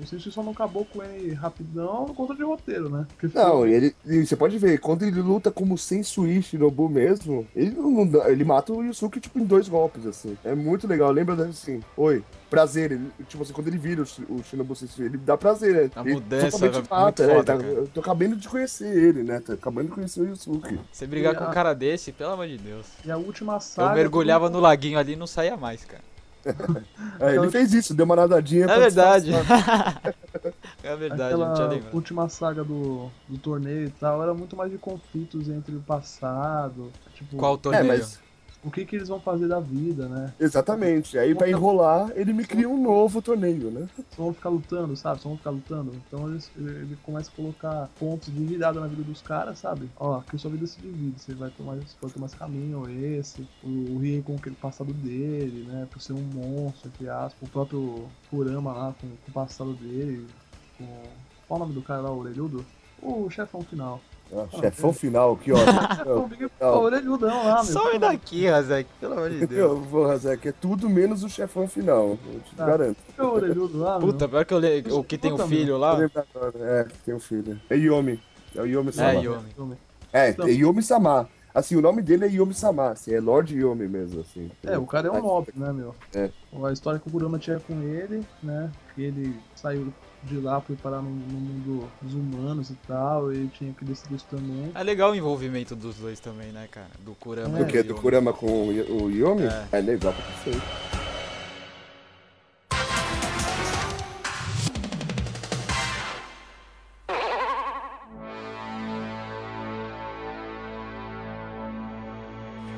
C: O Sensei só não acabou com ele rapidão por conta de roteiro, né? Porque
A: Não, e ele, e você pode ver, quando ele luta como Sensui Shinobu mesmo, ele não, não dá- ele mata o Yusuke tipo em dois golpes assim. É muito legal, lembra da- assim, oi, prazer, ele- tipo assim, quando ele vira o, Shi- o Shinobu Sensui, ele dá prazer, né?
B: A
A: Ele
B: mudança
A: totalmente
B: é muito
A: mata, né?
B: foda,
A: Tá-
B: cara.
A: eu tô acabando de conhecer ele, né? Tô acabando de conhecer o Yusuke.
B: Você brigar
C: E
B: com
C: a-
B: um cara desse, pelo amor de Deus.
C: E a última saga.
B: Eu mergulhava no laguinho ali e não saía mais, cara.
A: É, ele fez isso, deu uma nadadinha.
B: É
A: pra
B: verdade.
A: disfarçar.
B: é verdade, eu não tinha
C: Aquela
B: lembrado.
C: última saga do, do torneio e tal era muito mais de conflitos entre o passado, tipo,
B: Qual
A: É,
B: torneio?
A: mas
C: o que que eles vão fazer da vida, né?
A: exatamente. Aí pra enrolar, ele me cria um novo torneio, né?
C: Só vão ficar lutando, sabe? Só vão ficar lutando. Então eles, ele ele começa a colocar pontos de virada na vida dos caras, sabe? Ó, que sua vida se divide, você vai tomar, você pode tomar esse caminho ou esse, o, o Riei com aquele passado dele, né? Por ser um monstro, entre aspas, o próprio Kurama lá com, com o passado dele, com. Qual o nome do cara lá, o orelhudo? O chefão final.
A: Ah, chefão final, que ótimo.
C: É O Big Pô, orelhudão lá, meu.
B: Some daqui, Razek, pelo amor de Deus.
A: Eu vou, Razek, é tudo menos o chefão final, eu te
B: Tá.
C: Ah.
A: garanto.
C: Fica o orelhudo lá, meu.
B: Puta, pior que eu le... o que tem o
C: Puta,
B: filho
A: Vou
B: lá.
A: lembrar agora. É, que tem um filho. É Yomi. É o Yomi
B: É,
A: Sama.
B: Yomi.
A: É, é Yomi Sama. Assim, o nome dele é Yomi Sama. Assim, é Lord Yomi mesmo, assim.
C: É, o cara é um nobre, né, meu?
A: É.
C: A história que o Kurama tinha com ele, né? Que ele saiu de lá, foi parar no, no mundo dos humanos e tal, ele tinha que decidir isso também.
B: É legal o envolvimento dos dois também, né, cara? Do Kurama.
C: É.
A: Do
B: e
A: que? Do
B: Yomi.
A: Kurama com o Yo- o Yomi? É,
B: É.
A: legal pra você.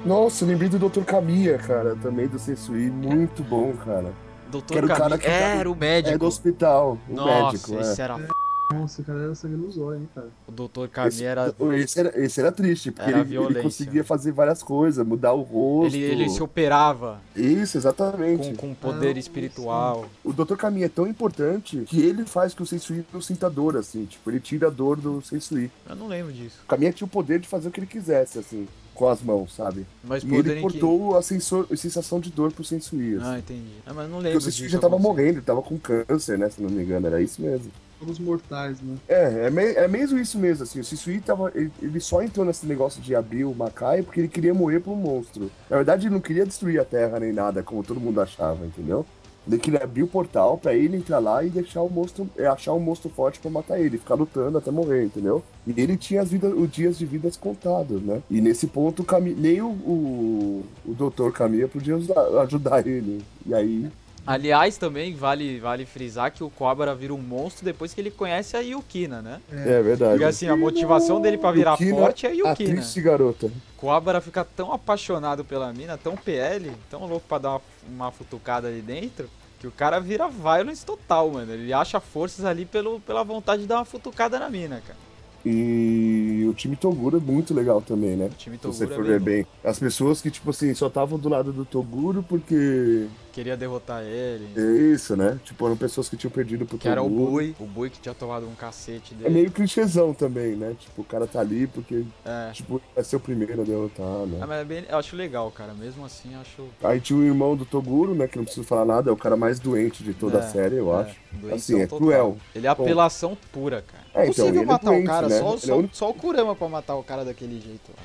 A: Nossa, eu lembrei do Dr. Kamiya, cara, também do Sensui. Muito bom, cara.
B: Doutor
A: Que era o cara
B: Kami-
A: que-
B: Era o
A: É
B: médico.
A: do hospital, o
B: Nossa,
A: médico. é.
B: esse era f-
C: Nossa, cara, era sangue nos olhos, hein, cara.
B: O Dr. Kami era.
A: Esse é era, esse era triste, porque
B: Era
A: ele, ele
B: violência.
A: conseguia fazer várias coisas, mudar o rosto.
B: Ele, ele se operava
A: Isso, exatamente.
B: com, com poder espiritual.
A: O Dr. Caminho é tão importante que ele faz que o Sensui não sinta dor, assim. Tipo, ele tira a dor do Sensui.
B: Eu não lembro disso.
A: O Caminho tinha o poder de fazer o que ele quisesse, assim, com as mãos, sabe?
B: Mas
A: E
B: poder
A: ele
B: em que.
A: cortou a, sensor- a sensação de dor pro Sensui. Assim.
B: Ah, entendi. Ah, mas eu não
A: Porque
B: lembro
A: o Sensui
B: disso.
A: já tava
B: acontecer.
A: morrendo, ele tava com câncer, né? Se não me engano, era isso mesmo.
C: Jogos mortais, né?
A: É, é, me- é mesmo isso mesmo, assim. O Sisui tava. Ele, ele só entrou nesse negócio de abrir o Makai porque ele queria morrer pro monstro. Na verdade, ele não queria destruir a Terra nem nada, como todo mundo achava, entendeu? Ele queria abrir o portal pra ele entrar lá e deixar o monstro. é, achar um monstro forte pra matar ele, ficar lutando até morrer, entendeu? E ele tinha as vidas, os dias de vidas contados, né? E nesse ponto, o Cami- nem o, o, o Dr. Caminha podia usar- ajudar ele. E aí.
B: Aliás, também vale, vale frisar que o Cobra vira um monstro depois que ele conhece a Yukina, né?
A: É, verdade.
B: Porque assim, a motivação dele pra virar
A: Yukina,
B: forte é a
A: a
B: Yukina.
A: triste garota.
B: O Cobra fica tão apaixonado pela mina, tão PL, tão louco pra dar uma, uma futucada ali dentro, que o cara vira violence total, mano. Ele acha forças ali pelo, pela vontade de dar uma futucada na mina, cara.
A: E o time Toguro é muito legal também, né?
B: O time
A: Se você
B: Toguro é
A: for
B: bem
A: ver
B: louco.
A: bem. As pessoas que, tipo assim, só estavam do lado do Toguro porque.
B: Queria derrotar ele.
A: É isso, né? Tipo, eram pessoas que tinham perdido pro
B: Que era o
A: Toguro.
B: Bui. O Bui que tinha tomado um cacete
A: É
B: dele.
A: meio clichêzão também, né? Tipo, o cara tá ali porque,
B: É.
A: tipo, vai ser o primeiro a derrotar,
B: Ah,
A: né?
B: mas é bem- eu acho legal, cara. Mesmo assim, eu acho.
A: Aí tinha o irmão do Toguro, né? Que não preciso falar nada, é o cara mais doente de toda
B: É,
A: a série, eu
B: é,
A: acho.
B: doentão
A: Assim, é
B: total.
A: cruel.
B: Ele é apelação pura, cara.
A: É, então,
B: Impossível
A: ele é
B: matar o
A: doente,
B: cara,
A: né?
B: só,
A: Ele é
B: só,
A: o único-
B: só o Kurama pra matar o cara daquele jeito. lá.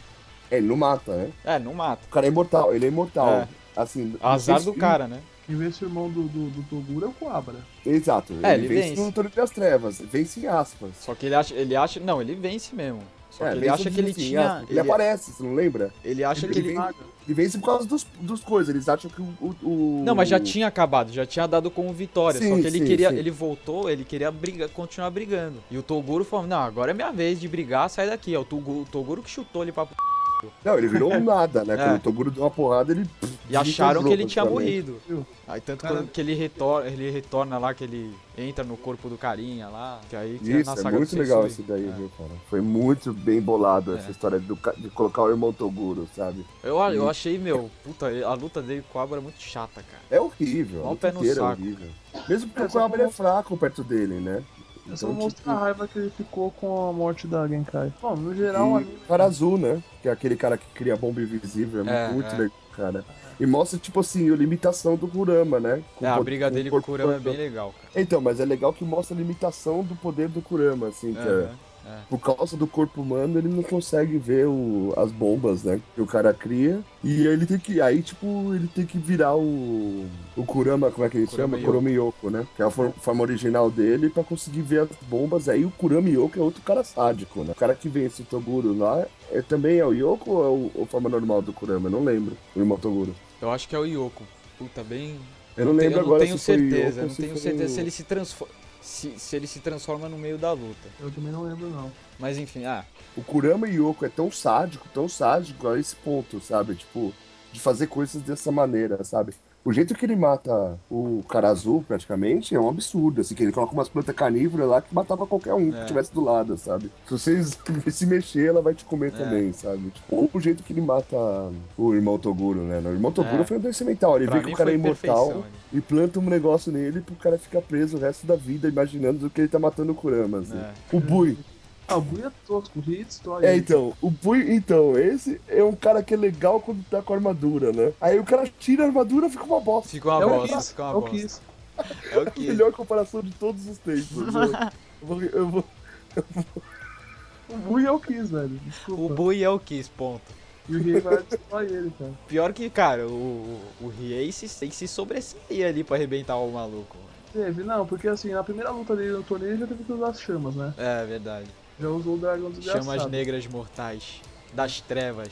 A: É, ele não mata, né?
B: É, não mata.
A: O cara é imortal, ele é imortal.
B: É.
A: Assim,
B: Azar
A: não sei
B: do
A: se-
B: cara, né?
C: Quem vence o irmão do, do, do Toguro é o Coabra.
A: Exato,
B: É,
A: ele,
B: ele
A: vence,
B: vence.
A: no Torneio das Trevas, vence em aspas.
B: Só que ele acha. Ele acha. Não, ele vence mesmo. Só
A: É,
B: que ele
A: vence
B: acha que ele
A: assim,
B: tinha.
A: aspas. Ele,
B: Ele,
A: aparece, você não lembra?
B: ele acha que
A: ele
B: ele.
A: vem- Ele vence por causa dos, dos coisas, eles acham que o. o- o-
B: Não, mas já tinha acabado, já tinha dado como vitória. só
A: Sim,
B: que ele
A: sim,
B: queria.
A: sim.
B: Ele voltou, ele queria briga, continuar brigando. E o Toguro falou: não, agora é minha vez de brigar, sai daqui. É o Toguro, o Toguro que chutou ele pra. p-
A: Não, ele virou um nada, né?
B: É.
A: Quando o Toguro deu uma porrada, ele.
B: E acharam que ele
A: desencastrou,
B: tinha
A: praticamente.
B: morrido.
C: Viu?
B: Aí tanto
C: Cara-
B: quando que ele retorna, ele retorna lá, que ele entra no corpo do carinha lá. Que aí que
A: Isso, é muito legal isso daí, viu, cara? Foi muito bem bolado essa
B: É.
A: história do ca- de colocar o irmão Toguro, sabe?
B: Eu, eu achei, meu, puta, a luta dele com o Abra é muito chata, cara.
A: É horrível.
B: Ó
A: a
B: o
A: luta
B: pé no
A: inteira é
B: saco.
A: horrível. Mesmo porque
C: É,
A: o
C: só
A: Cobra é
C: como-
A: fraco perto dele, né?
C: É só
A: Então,
C: mostrar a
A: tipo,
C: raiva que ele ficou com a morte da Genkai. Bom, no geral, o
A: E
C: anime.
A: cara azul, né? Que é aquele cara que cria bomba invisível. É,
B: É,
A: muito
B: é.
A: legal, cara. E mostra, tipo assim, a limitação do Kurama, né? Com
B: É, a
A: po-
B: briga
A: com
B: dele com o
A: corpo-
B: Kurama é bem legal, cara.
A: Então, mas é legal que mostra a limitação do poder do Kurama, assim, que é-
B: Aham.
A: por causa do corpo humano, ele não consegue ver o- as bombas, né? Que o cara cria. E ele tem que. Aí, tipo, ele tem que virar o. O Kurama, como é que ele chama?
B: Kurama Yoko.
A: Kurama Yoko, né? Que é a for- forma original dele, pra conseguir ver as bombas. Aí o Kurama Yoko é outro cara sádico, né? O cara que vence o Toguro lá é, também é o Yoko ou é o, a forma normal do Kurama? Eu não lembro. O irmão Toguro.
B: Eu acho que é o Yoko. Puta, bem.
A: Eu não lembro
B: eu
A: agora
B: não tenho
A: se foi o
B: certeza,
A: Yoko,
B: não
A: se
B: tenho
A: foi
B: certeza
A: o-
B: se ele se transforma. Se, se ele se transforma no meio da luta.
C: Eu também não lembro, não.
B: Mas enfim, ah,
A: O Kurama Yoko é tão sádico, tão sádico a esse ponto, sabe? Tipo, de fazer coisas dessa maneira, sabe? O jeito que ele mata o cara azul, praticamente, é um absurdo. Assim, que ele coloca umas plantas carnívoras lá que matava qualquer um
B: É.
A: que tivesse do lado, sabe? Se você se mexer, ela vai te comer
B: É.
A: também, sabe? Tipo, ou o jeito que ele mata o irmão Toguro, né? O irmão Toguro
B: É.
A: foi um instrumental. Ele
B: pra
A: vê que
B: mim
A: o cara
B: foi
A: é imortal
B: perfeição. ali.
A: e planta um negócio nele pro cara ficar preso o resto da vida imaginando que ele tá matando o Kurama, assim.
B: É.
A: O Bui,
C: Ah, o Bui é tosco, o Hits, destrói
A: é,
C: ele.
A: então, o Bui, então, esse é um cara que é legal quando tá com armadura, né? Aí o cara tira a armadura fica uma bosta.
B: Fica uma
C: É o
B: bosta,
C: Kiss,
B: fica uma
C: É o
B: bosta.
C: Kiss.
B: É o
A: A
B: que?
A: melhor comparação de todos os tempos. né? Eu vou. Eu vou...
C: O Bui é o Kiss, velho. Desculpa.
B: O Bui é o Kiss, ponto.
C: E o Riei vai destrói ele, cara.
B: Pior que, cara, o, o Riei se, tem que se sobressair ali pra arrebentar o maluco.
C: Teve, não, porque assim, na primeira luta dele no torneio ele já teve que usar as chamas, né?
B: É, verdade.
C: Já usou o dragão desgraçado.
B: Chamas negras mortais das trevas.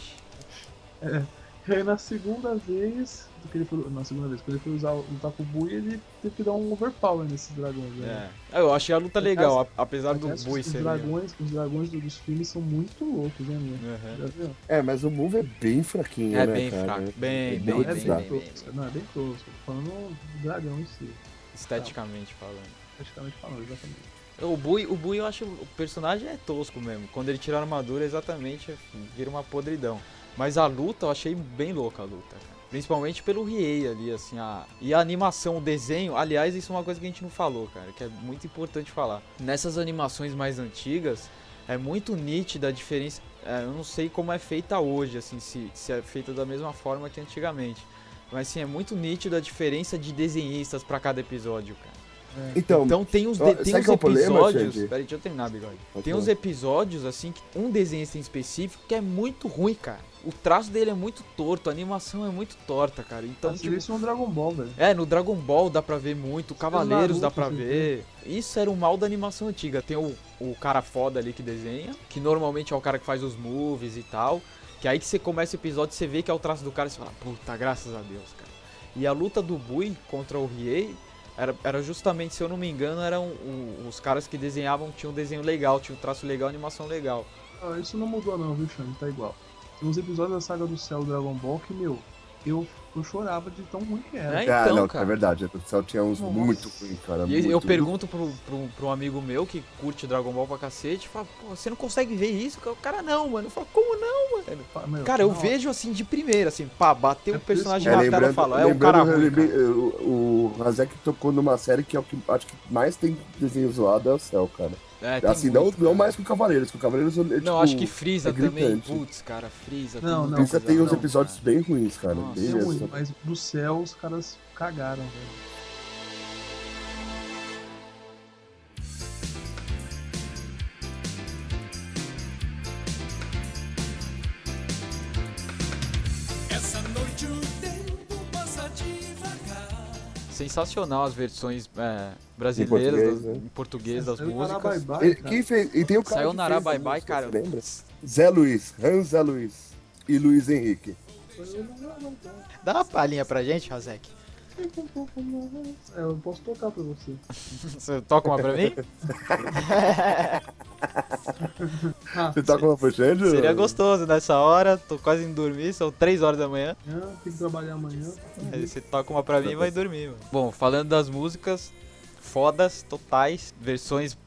C: E aí na segunda vez, que ele foi, na segunda vez, quando ele foi usar, lutar com o Bui, ele teve que dar um overpower nesses dragões, né?
B: É. Ah, Eu achei a luta legal, a- apesar do
C: Aliás,
B: Bui
C: os
B: ser. meio-
C: dragões, os dragões dos filmes são muito loucos, né, minha?
B: Uhum.
C: Já viu?
A: É, mas o move é bem fraquinho,
B: É
A: né?
B: bem
A: cara?
B: fraco,
A: É
B: bem, bem,
A: bem
B: bem, bem,
A: fraco.
B: bem,
C: tosco. Não, é bem tosco. Falando do dragão em si,
B: esteticamente falando.
C: praticamente falando, exatamente.
B: O Bui, o Bui eu acho. O personagem é tosco mesmo. Quando ele tira a armadura, exatamente vira uma podridão. Mas a luta eu achei bem louca a luta, cara. Principalmente pelo Riei ali, assim, a... e a animação, o desenho. Aliás, isso é uma coisa que a gente não falou, cara, que é muito importante falar. Nessas animações mais antigas, é muito nítida a diferença. é, eu não sei como é feita hoje, assim, se, se é feita da mesma forma que antigamente. Mas, assim, é muito nítida a diferença de desenhistas pra cada episódio, cara.
A: Então,
B: Então tem uns, de-
A: ó,
B: tem
A: sabe
B: uns
A: qual é o problema,
B: episódios.
A: Xande?
B: Peraí, deixa eu terminar, bigode.
A: Pode
B: Então, Tem
A: falar.
B: uns episódios, assim, que um desenhista em específico que é muito ruim, cara. O traço dele é muito torto, a animação é muito torta, cara. Então,
C: Então,
B: tipo,
C: isso no Dragon Ball, velho.
B: é, no Dragon Ball dá pra ver muito, Cavaleiros
C: Naruto,
B: dá pra
C: você
B: ver. Isso era o mal da animação antiga. Tem o, o cara foda ali que desenha, que normalmente é o cara que faz os moves e tal. Que aí que você começa o episódio, você vê que é o traço do cara e você fala, puta, graças a Deus, cara. E a luta do Bui contra o Riei era, era justamente, se eu não me engano, eram o- os caras que desenhavam, tinham um desenho legal, tinha um traço legal, animação legal.
C: Ah, isso não mudou não, viu, Xande? Tá igual. Tem uns episódios da saga do céu do Dragon Ball que, meu, eu, eu chorava de tão ruim que era.
B: É,
A: Ah,
B: então,
A: não,
B: cara.
A: é verdade. O pessoal tinha uns
C: Nossa.
A: muito ruins, cara.
B: E eu
A: É muito.
B: pergunto pro, pro, pro um amigo meu que curte Dragon Ball pra cacete, fala, pô, você não consegue ver isso? O cara não, mano. Eu falo, como não, mano?
C: Fa- meu,
B: Cara, eu
C: não,
B: vejo assim de primeira, assim, pá, bateu
C: É
B: o
C: por
B: personagem
C: isso
B: na tela e fala, é um cara
A: lembrando,
B: ruim.
A: lembrei-
B: cara.
A: o, o Razek tocou numa série que é o que acho que mais tem desenho zoado é o céu, cara.
B: É, tem
A: assim,
B: muito,
A: não, não
B: cara.
A: mais que o Cavaleiros, que o Cavaleiros é,
B: Não,
A: tipo,
B: acho que Freeza
A: é
B: também.
A: gritante.
B: Putz, cara, Freeza.
C: Não,
B: tudo
C: não,
A: Freeza tem
B: bizarro.
A: uns
B: Não,
A: episódios
B: cara.
A: bem ruins, cara.
B: Nossa,
A: bem
C: Isso é ruim,
A: essa-
C: mas do céu os caras cagaram, velho.
F: Essa noite o tempo passa devagar.
B: É Sensacional as versões é, brasileiras,
A: português,
B: das-
A: né?
B: em português das
C: Saiu Nará
B: músicas.
C: Bye Bye,
A: E,
C: cara.
A: quem fez, e tem o cara
B: Saiu
A: que
B: Nará
A: fez
B: Bye
A: as
B: Bye,
A: músicas,
B: cara.
A: você Lembra? Zé Luiz, Hans Zé Luiz e Luiz Henrique.
B: Dá uma palhinha pra gente, Razek.
C: É, eu posso tocar pra você.
B: Você toca uma pra mim?
C: Ah,
A: Você tá com uma fechada?
B: Seria gostoso nessa hora, tô quase indo dormir, são 3 horas da manhã.
C: amanhã, tem que trabalhar amanhã.
B: Aí você toca uma pra mim e vai dormir, mano. Bom, falando das músicas, fodas, totais, versões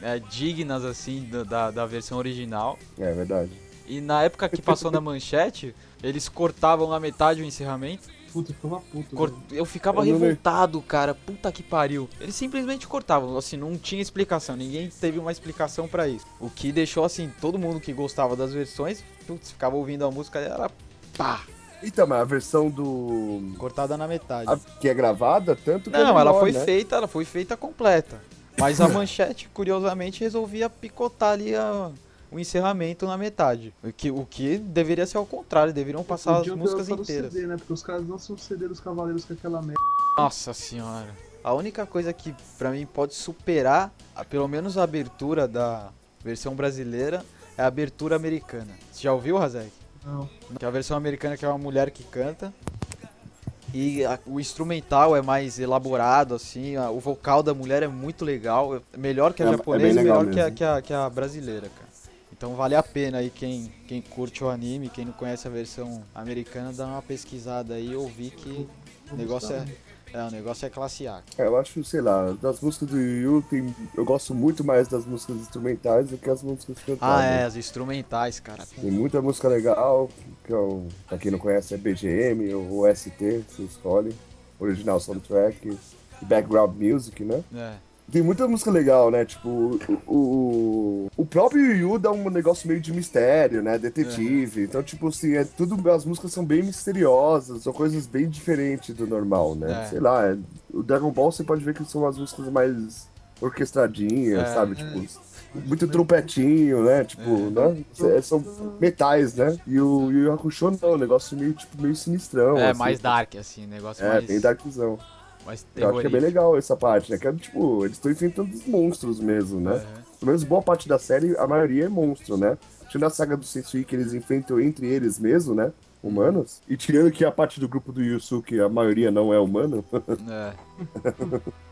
B: é, dignas, assim, da- da, da versão original.
A: É verdade.
B: E na época que passou na manchete, eles cortavam na metade o encerramento.
C: Puta, ficou uma puta.
B: Cor-
C: velho.
B: Uhum. Eu ficava
A: Eu não vi.
B: revoltado, cara. Puta que pariu. Eles simplesmente cortavam, assim, não tinha explicação. Ninguém teve uma explicação pra isso. O que deixou, assim, todo mundo que gostava das versões, putz, ficava ouvindo a música era pá,
A: Então, mas a versão do.
B: cortada na metade.
A: a- que é gravada, tanto que. é
B: Não, ela
A: menor,
B: foi
A: né?
B: feita, ela foi feita completa. Mas a manchete, curiosamente, resolvia picotar ali a- o encerramento na metade. O que, o que deveria ser ao contrário, deveriam passar as
C: Podiam ter
B: músicas
C: lançado
B: inteiras.
C: CD, né? Porque os caras lançam o CD dos Cavaleiros com aquela merda.
B: Nossa senhora. A única coisa que pra mim pode superar, a- pelo menos a abertura da versão brasileira, é a abertura americana. Você já ouviu, Razek?
C: Não.
B: Que é a versão americana que é uma mulher que canta. E a- o instrumental é mais elaborado, assim, a- o vocal da mulher é muito legal. é Melhor que a
A: É- é bem
B: japonesa,
A: legal
B: melhor que a,
A: mesmo.
B: que, a, que a brasileira, cara. Então vale a pena aí quem, quem curte o anime, quem não conhece a versão americana, dá uma pesquisada aí e ouvir que o negócio é, é, o negócio é classe A.
A: É, eu acho, sei lá, das músicas do Yu, tem, eu gosto muito mais das músicas instrumentais do que as músicas cantadas.
B: Ah, é, as instrumentais, cara.
A: Tem muita música legal, que é o- pra quem não conhece é BGM ou ST, você escolhe. Original soundtrack, background music, né?
B: É.
A: Tem muita música legal, né? Tipo, o, o, o próprio Yu dá um negócio meio de mistério, né? Detetive. Então, tipo assim, é tudo. As músicas são bem misteriosas, são coisas bem diferentes do normal, né?
B: É.
A: Sei lá, é- o Dragon Ball você pode ver que são as músicas mais orquestradinhas,
B: É.
A: sabe? Tipo. Muito trompetinho, né? Tipo, né? Cê- São metais, né? E o Yu Yu Hakusho não, é um negócio meio, tipo, meio sinistrão.
B: É,
A: assim.
B: mais dark, assim, negócio
A: É,
B: mais,
A: bem darkzão.
B: mais
A: Eu acho que é bem
B: terrorífico.
A: legal essa parte, né? Que é, tipo, eles estão enfrentando os monstros mesmo, né?
B: Aham.
A: Pelo menos boa parte da série, a maioria é monstro, né? Tirando a saga do Sensui que eles enfrentam entre eles mesmo, né? Humanos. E tirando que a parte do grupo do Yusuke, a maioria não é humano.
B: É.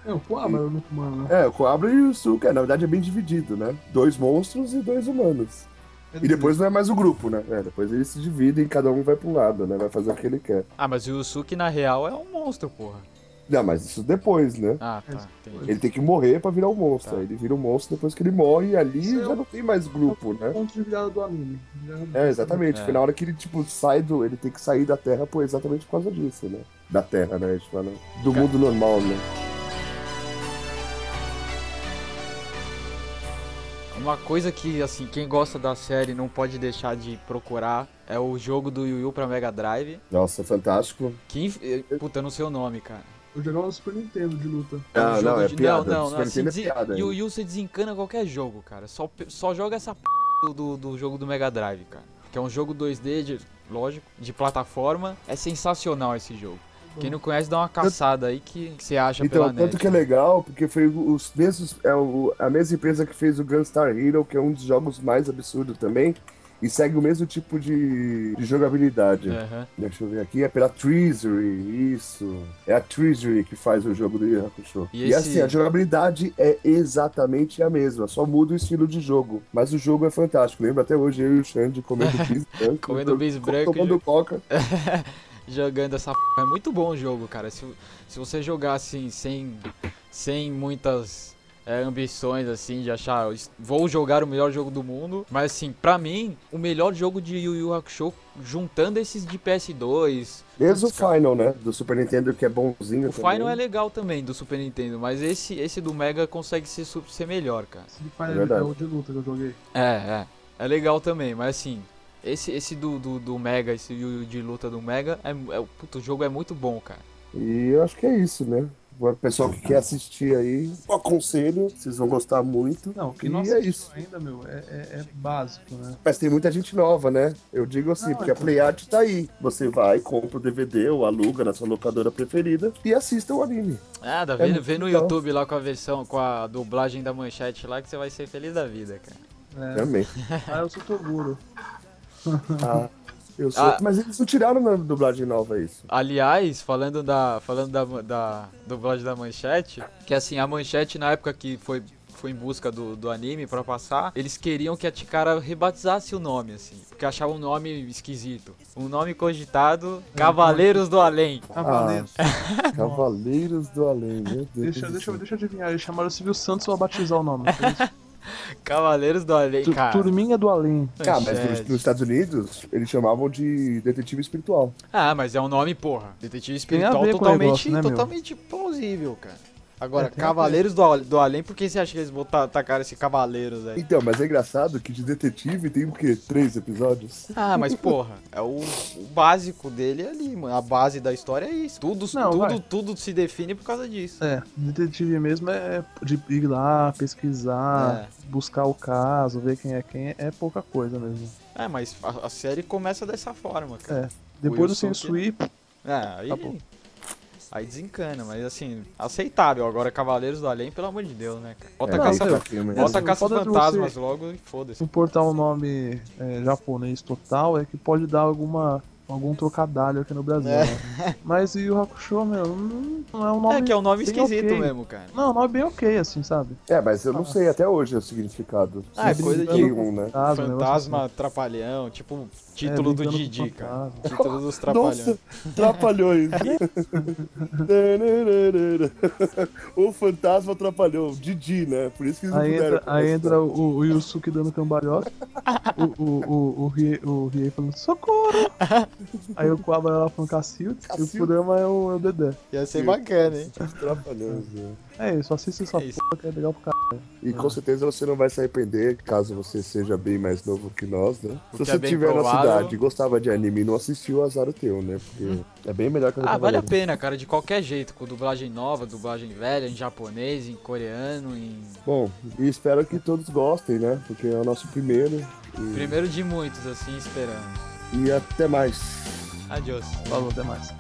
C: É, o Coabra era o único humano, né?
A: é, o Coabra e o Yusuke, é, na verdade é bem dividido, né? Dois monstros e dois humanos. E depois não é mais o grupo, né? É, depois eles se dividem, cada um vai pra um lado, né? Vai fazer o que ele quer.
B: Ah, mas o Yusuke, na real, é um monstro, porra.
A: Não, mas isso depois, né?
B: Ah, tá. Entendi.
A: Ele tem que morrer pra virar um monstro.
B: Tá.
A: Aí Ele vira um monstro depois que ele morre e ali
C: Isso é
A: já
C: o-
A: não tem mais grupo, né?
C: Ponto de virada um do anime. Já-
A: É, exatamente.
B: É.
A: Foi na hora que ele, tipo, sai do. Ele tem que sair da Terra, pô, exatamente por causa disso, né? Da Terra, né? A gente fala. Do
B: Ca-
A: mundo normal, né?
B: Uma coisa que, assim, quem gosta da série não pode deixar de procurar é o jogo do Yu Yu pra Mega Drive.
A: Nossa, fantástico.
B: Que, inf- eh, puta, eu não sei o nome, cara.
C: Eu jogava no Super Nintendo de luta.
B: É um
A: Ah,
B: jogo
A: não, é
B: de-
A: piada.
B: Não, não,
A: Super
B: assim,
A: Nintendo é
B: desen-
A: piada,
B: Yu
A: hein?
B: Yu você desencana qualquer jogo, cara. Só, pe- só joga essa p do- do, do jogo do Mega Drive, cara. Que é um jogo 2D, de- lógico, de plataforma. É sensacional esse jogo. Quem não conhece, dá uma caçada aí que, que você acha
A: Então,
B: pela
A: tanto
B: net. né?
A: que é legal, porque foi os mesmos, é o- a mesma empresa que fez o Gunstar Hero, que é um dos jogos mais absurdos também, e segue o mesmo tipo de, de jogabilidade.
B: Aham.
A: Deixa eu ver aqui, é pela Treasury, isso. É a Treasury que faz o jogo do Yu Yu Hakusho.
B: E
A: E,
B: esse-
A: assim, a jogabilidade é exatamente a mesma, só muda o estilo de jogo. Mas o jogo é fantástico, lembra até hoje eu e o Xande comendo bis branco.
B: Comendo bis
A: to-
B: branco e
A: Tomando
B: jo-
A: coca.
B: jogando essa p... É muito bom o jogo, cara. Se, se você jogar assim, sem, sem muitas é, ambições, assim, de achar, "Es- vou jogar o melhor jogo do mundo. Mas, assim, pra mim, o melhor jogo de Yu Yu Hakusho, juntando esses de PS2.
A: Mesmo o
B: Putz, cara.
A: Final, né, do Super Nintendo, que é bonzinho
B: O Final é
A: também.
B: legal também do Super Nintendo, mas esse, esse do Mega consegue ser, su- ser melhor, cara.
C: Esse de Fire
A: É verdade.
C: Emblem é de luta que eu joguei.
B: É, é. É legal também, mas assim, esse, esse do, do, do Mega, esse Yu Yu de luta do Mega, é, mu- é, puta, o jogo é muito bom, cara.
A: E eu acho que é isso, né? O pessoal que quer assistir aí, eu aconselho, vocês vão gostar muito.
C: Não, quem
A: E
C: não
A: é
C: assistiu
A: isso.
C: ainda, meu, é, é- é básico, né?
A: Mas tem muita gente nova, né? Eu digo assim,
C: Não,
A: porque a
C: então.
A: PlayArt tá aí. Você vai, compra o DVD ou aluga na sua locadora preferida e assista o anime.
B: Ah, dá vendo,
A: muito
B: vê no
A: legal.
B: YouTube lá com a versão, com a dublagem da manchete lá que você vai ser feliz da vida, cara.
C: É.
A: Também.
C: Ah, eu sou Toguro.
A: Ah, eu sou...
B: Ah.
A: Mas eles não tiraram na dublagem nova isso.
B: Aliás, falando da, falando da, da dublagem da manchete, que assim, a manchete na época que foi, foi em busca do, do anime pra passar, eles queriam que a Tikara rebatizasse o nome, assim, porque achavam um nome esquisito. Um nome cogitado, Cavaleiros do Além.
C: Cavaleiros.
A: Ah, Cavaleiros do Além, meu Deus.
C: Deixa,
A: do
C: deixa,
A: céu.
C: deixa eu adivinhar, eles chamaram o Silvio Santos pra batizar o nome. É,
B: Cavaleiros do Além,
C: Tu-
B: cara.
C: Turminha do Além.
A: Ah, mas nos,
B: Manchete.
A: nos Estados Unidos, eles chamavam de detetive espiritual.
B: Ah, mas é um nome, porra. Detetive
C: Tem a
B: espiritual
C: ver com o
B: totalmente,
C: negócio, né, meu?
B: totalmente plausível, cara. Agora,
C: É, tem a
B: Cavaleiros do, Al- do Além, por que você acha que eles botaram, tacaram esse Cavaleiros aí?
A: Então, mas é engraçado que de detetive tem o quê? Três episódios?
B: Ah, mas porra, é o, o básico dele é ali, mano. A base da história é isso. Tudo,
C: Não,
B: tudo,
C: vai.
B: tudo se define por causa disso.
C: É, detetive mesmo é de ir lá,
B: É.
C: pesquisar, buscar o caso, ver quem é quem, é pouca coisa mesmo.
B: É, mas a, a série começa dessa forma, cara.
C: É. Depois do
B: Wilson
C: Sensui,
B: É, aí.
C: Acabou.
B: Aí desencana, mas assim, aceitável. Agora, Cavaleiros do Além, pelo amor de Deus, né, cara? Bota
A: É,
B: caça,
A: tem que ter filme, né?
B: bota
C: Não
B: caça
C: pode
B: fantasmas
C: você-
B: logo e foda-se.
C: importar o nome é, japonês total é que pode dar alguma algum trocadilho aqui no Brasil.
B: É.
C: né? Mas e o Hakusho, meu, não não é um nome.
B: É que é um nome
C: bem
B: esquisito
C: ok.
B: mesmo, cara.
C: Não, é um nome bem ok, assim, sabe?
A: É, mas eu não sei até hoje o significado.
B: Ah, é
A: Sim,
B: coisa de-
A: tem um, né?
C: Fantasma, um negócio
B: Fantasma, Trapalhão, tipo
C: assim. É,
B: título do
C: brincando com
B: Didi, cara.
C: fantasma.
B: Título dos Trapalhões.
A: Nossa, atrapalhou ainda. o fantasma atrapalhou, o Didi, né? Por isso que eles não
C: Aí entra,
A: puderam.
C: aí entra o, o Yusuke dando cambalhota, o, o, o, o, Rie, o Rie falando socorro! Aí o Kuaba ela falando Cacilde, e o
A: Cacilde.
C: Kudama é o, é o Dedé.
B: Ia ser bacana, hein?
A: Atrapalhou, Zé.
C: É isso, assiste essa
B: É isso.
C: porra que é legal pro cara.
A: E com certeza você não vai se arrepender, caso você seja bem mais novo que nós, né?
B: O
A: Se
B: que é
A: você
B: bem
A: tiver na
B: provável.
A: cidade e gostava de anime e não assistiu, azar o teu, né? Porque é bem melhor que eu
B: Ah,
A: tava
B: vale a
A: lendo.
B: pena, cara, de qualquer jeito, com dublagem nova, dublagem velha, em japonês, em coreano, em.
A: Bom, e espero que todos gostem, né? Porque é o nosso primeiro. E,
B: Primeiro de muitos, assim, esperando.
A: e até mais.
B: Adiós.
C: Falou, até mais.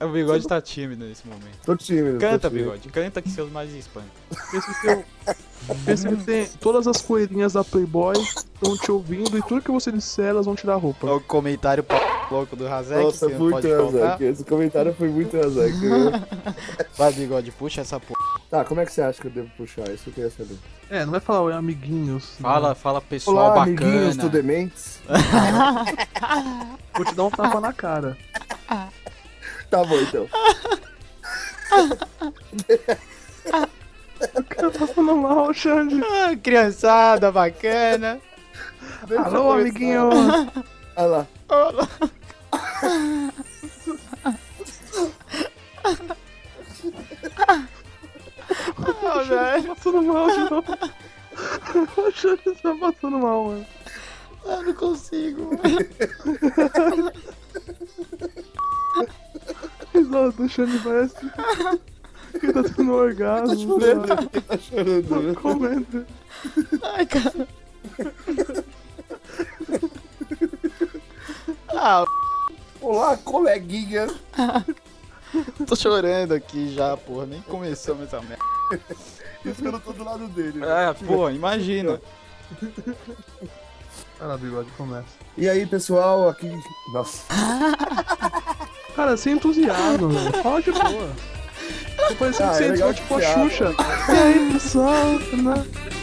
B: O bigode tá tímido nesse momento.
A: Tô tímido. tô
B: Canta,
A: tímido.
B: bigode, canta que seus mais espantam.
C: Pensa que, eu, pensa que tem todas as coelhinhas da Playboy estão te ouvindo e tudo que você disser elas vão te dar roupa.
B: o comentário p... louco do Razek,
A: Nossa, muito Razek. Esse comentário foi muito Razek.
B: Vai, bigode, puxa essa p.
A: Tá, como é que você acha que eu devo puxar? Isso eu queria saber.
C: É, não vai falar oi, amiguinhos. não.
B: Fala, fala pessoal
A: Olá, amiguinhos do
B: bacana.
A: Dementes.
C: Vou te dar um tapa na cara.
A: Tá bom, então.
C: O cara passando mal, Xande.
B: Ah, criançada bacana.
A: Deixa eu
C: Alô,
A: começar.
C: amiguinho.
A: Olha lá.
B: Olá.
C: tá-
B: Ah, velho.
C: passando mal de novo. O Xande tá passando mal, mano.
B: Eu não consigo.
C: Risada do Xande parece que tá tendo um orgasmo. sei lá.
A: Ele tá chorando. né?
C: Comenta.
B: Ai, cara. Ah,
A: Olá, coleguinha.
B: tô chorando aqui já, porra. Nem começamos essa merda.
A: Isso que eu não tô do lado dele.
B: É, pô, imagina.
C: Vai lá, bigode, começa.
A: E aí, pessoal, aqui. Nossa.
C: Cara, sem entusiasmo, velho. Fala de boa. Tá parecendo
A: Ah,
C: que
A: é
C: você
A: legal
C: entrou tipo a
A: que você
C: Xuxa. E aí, pessoal? né?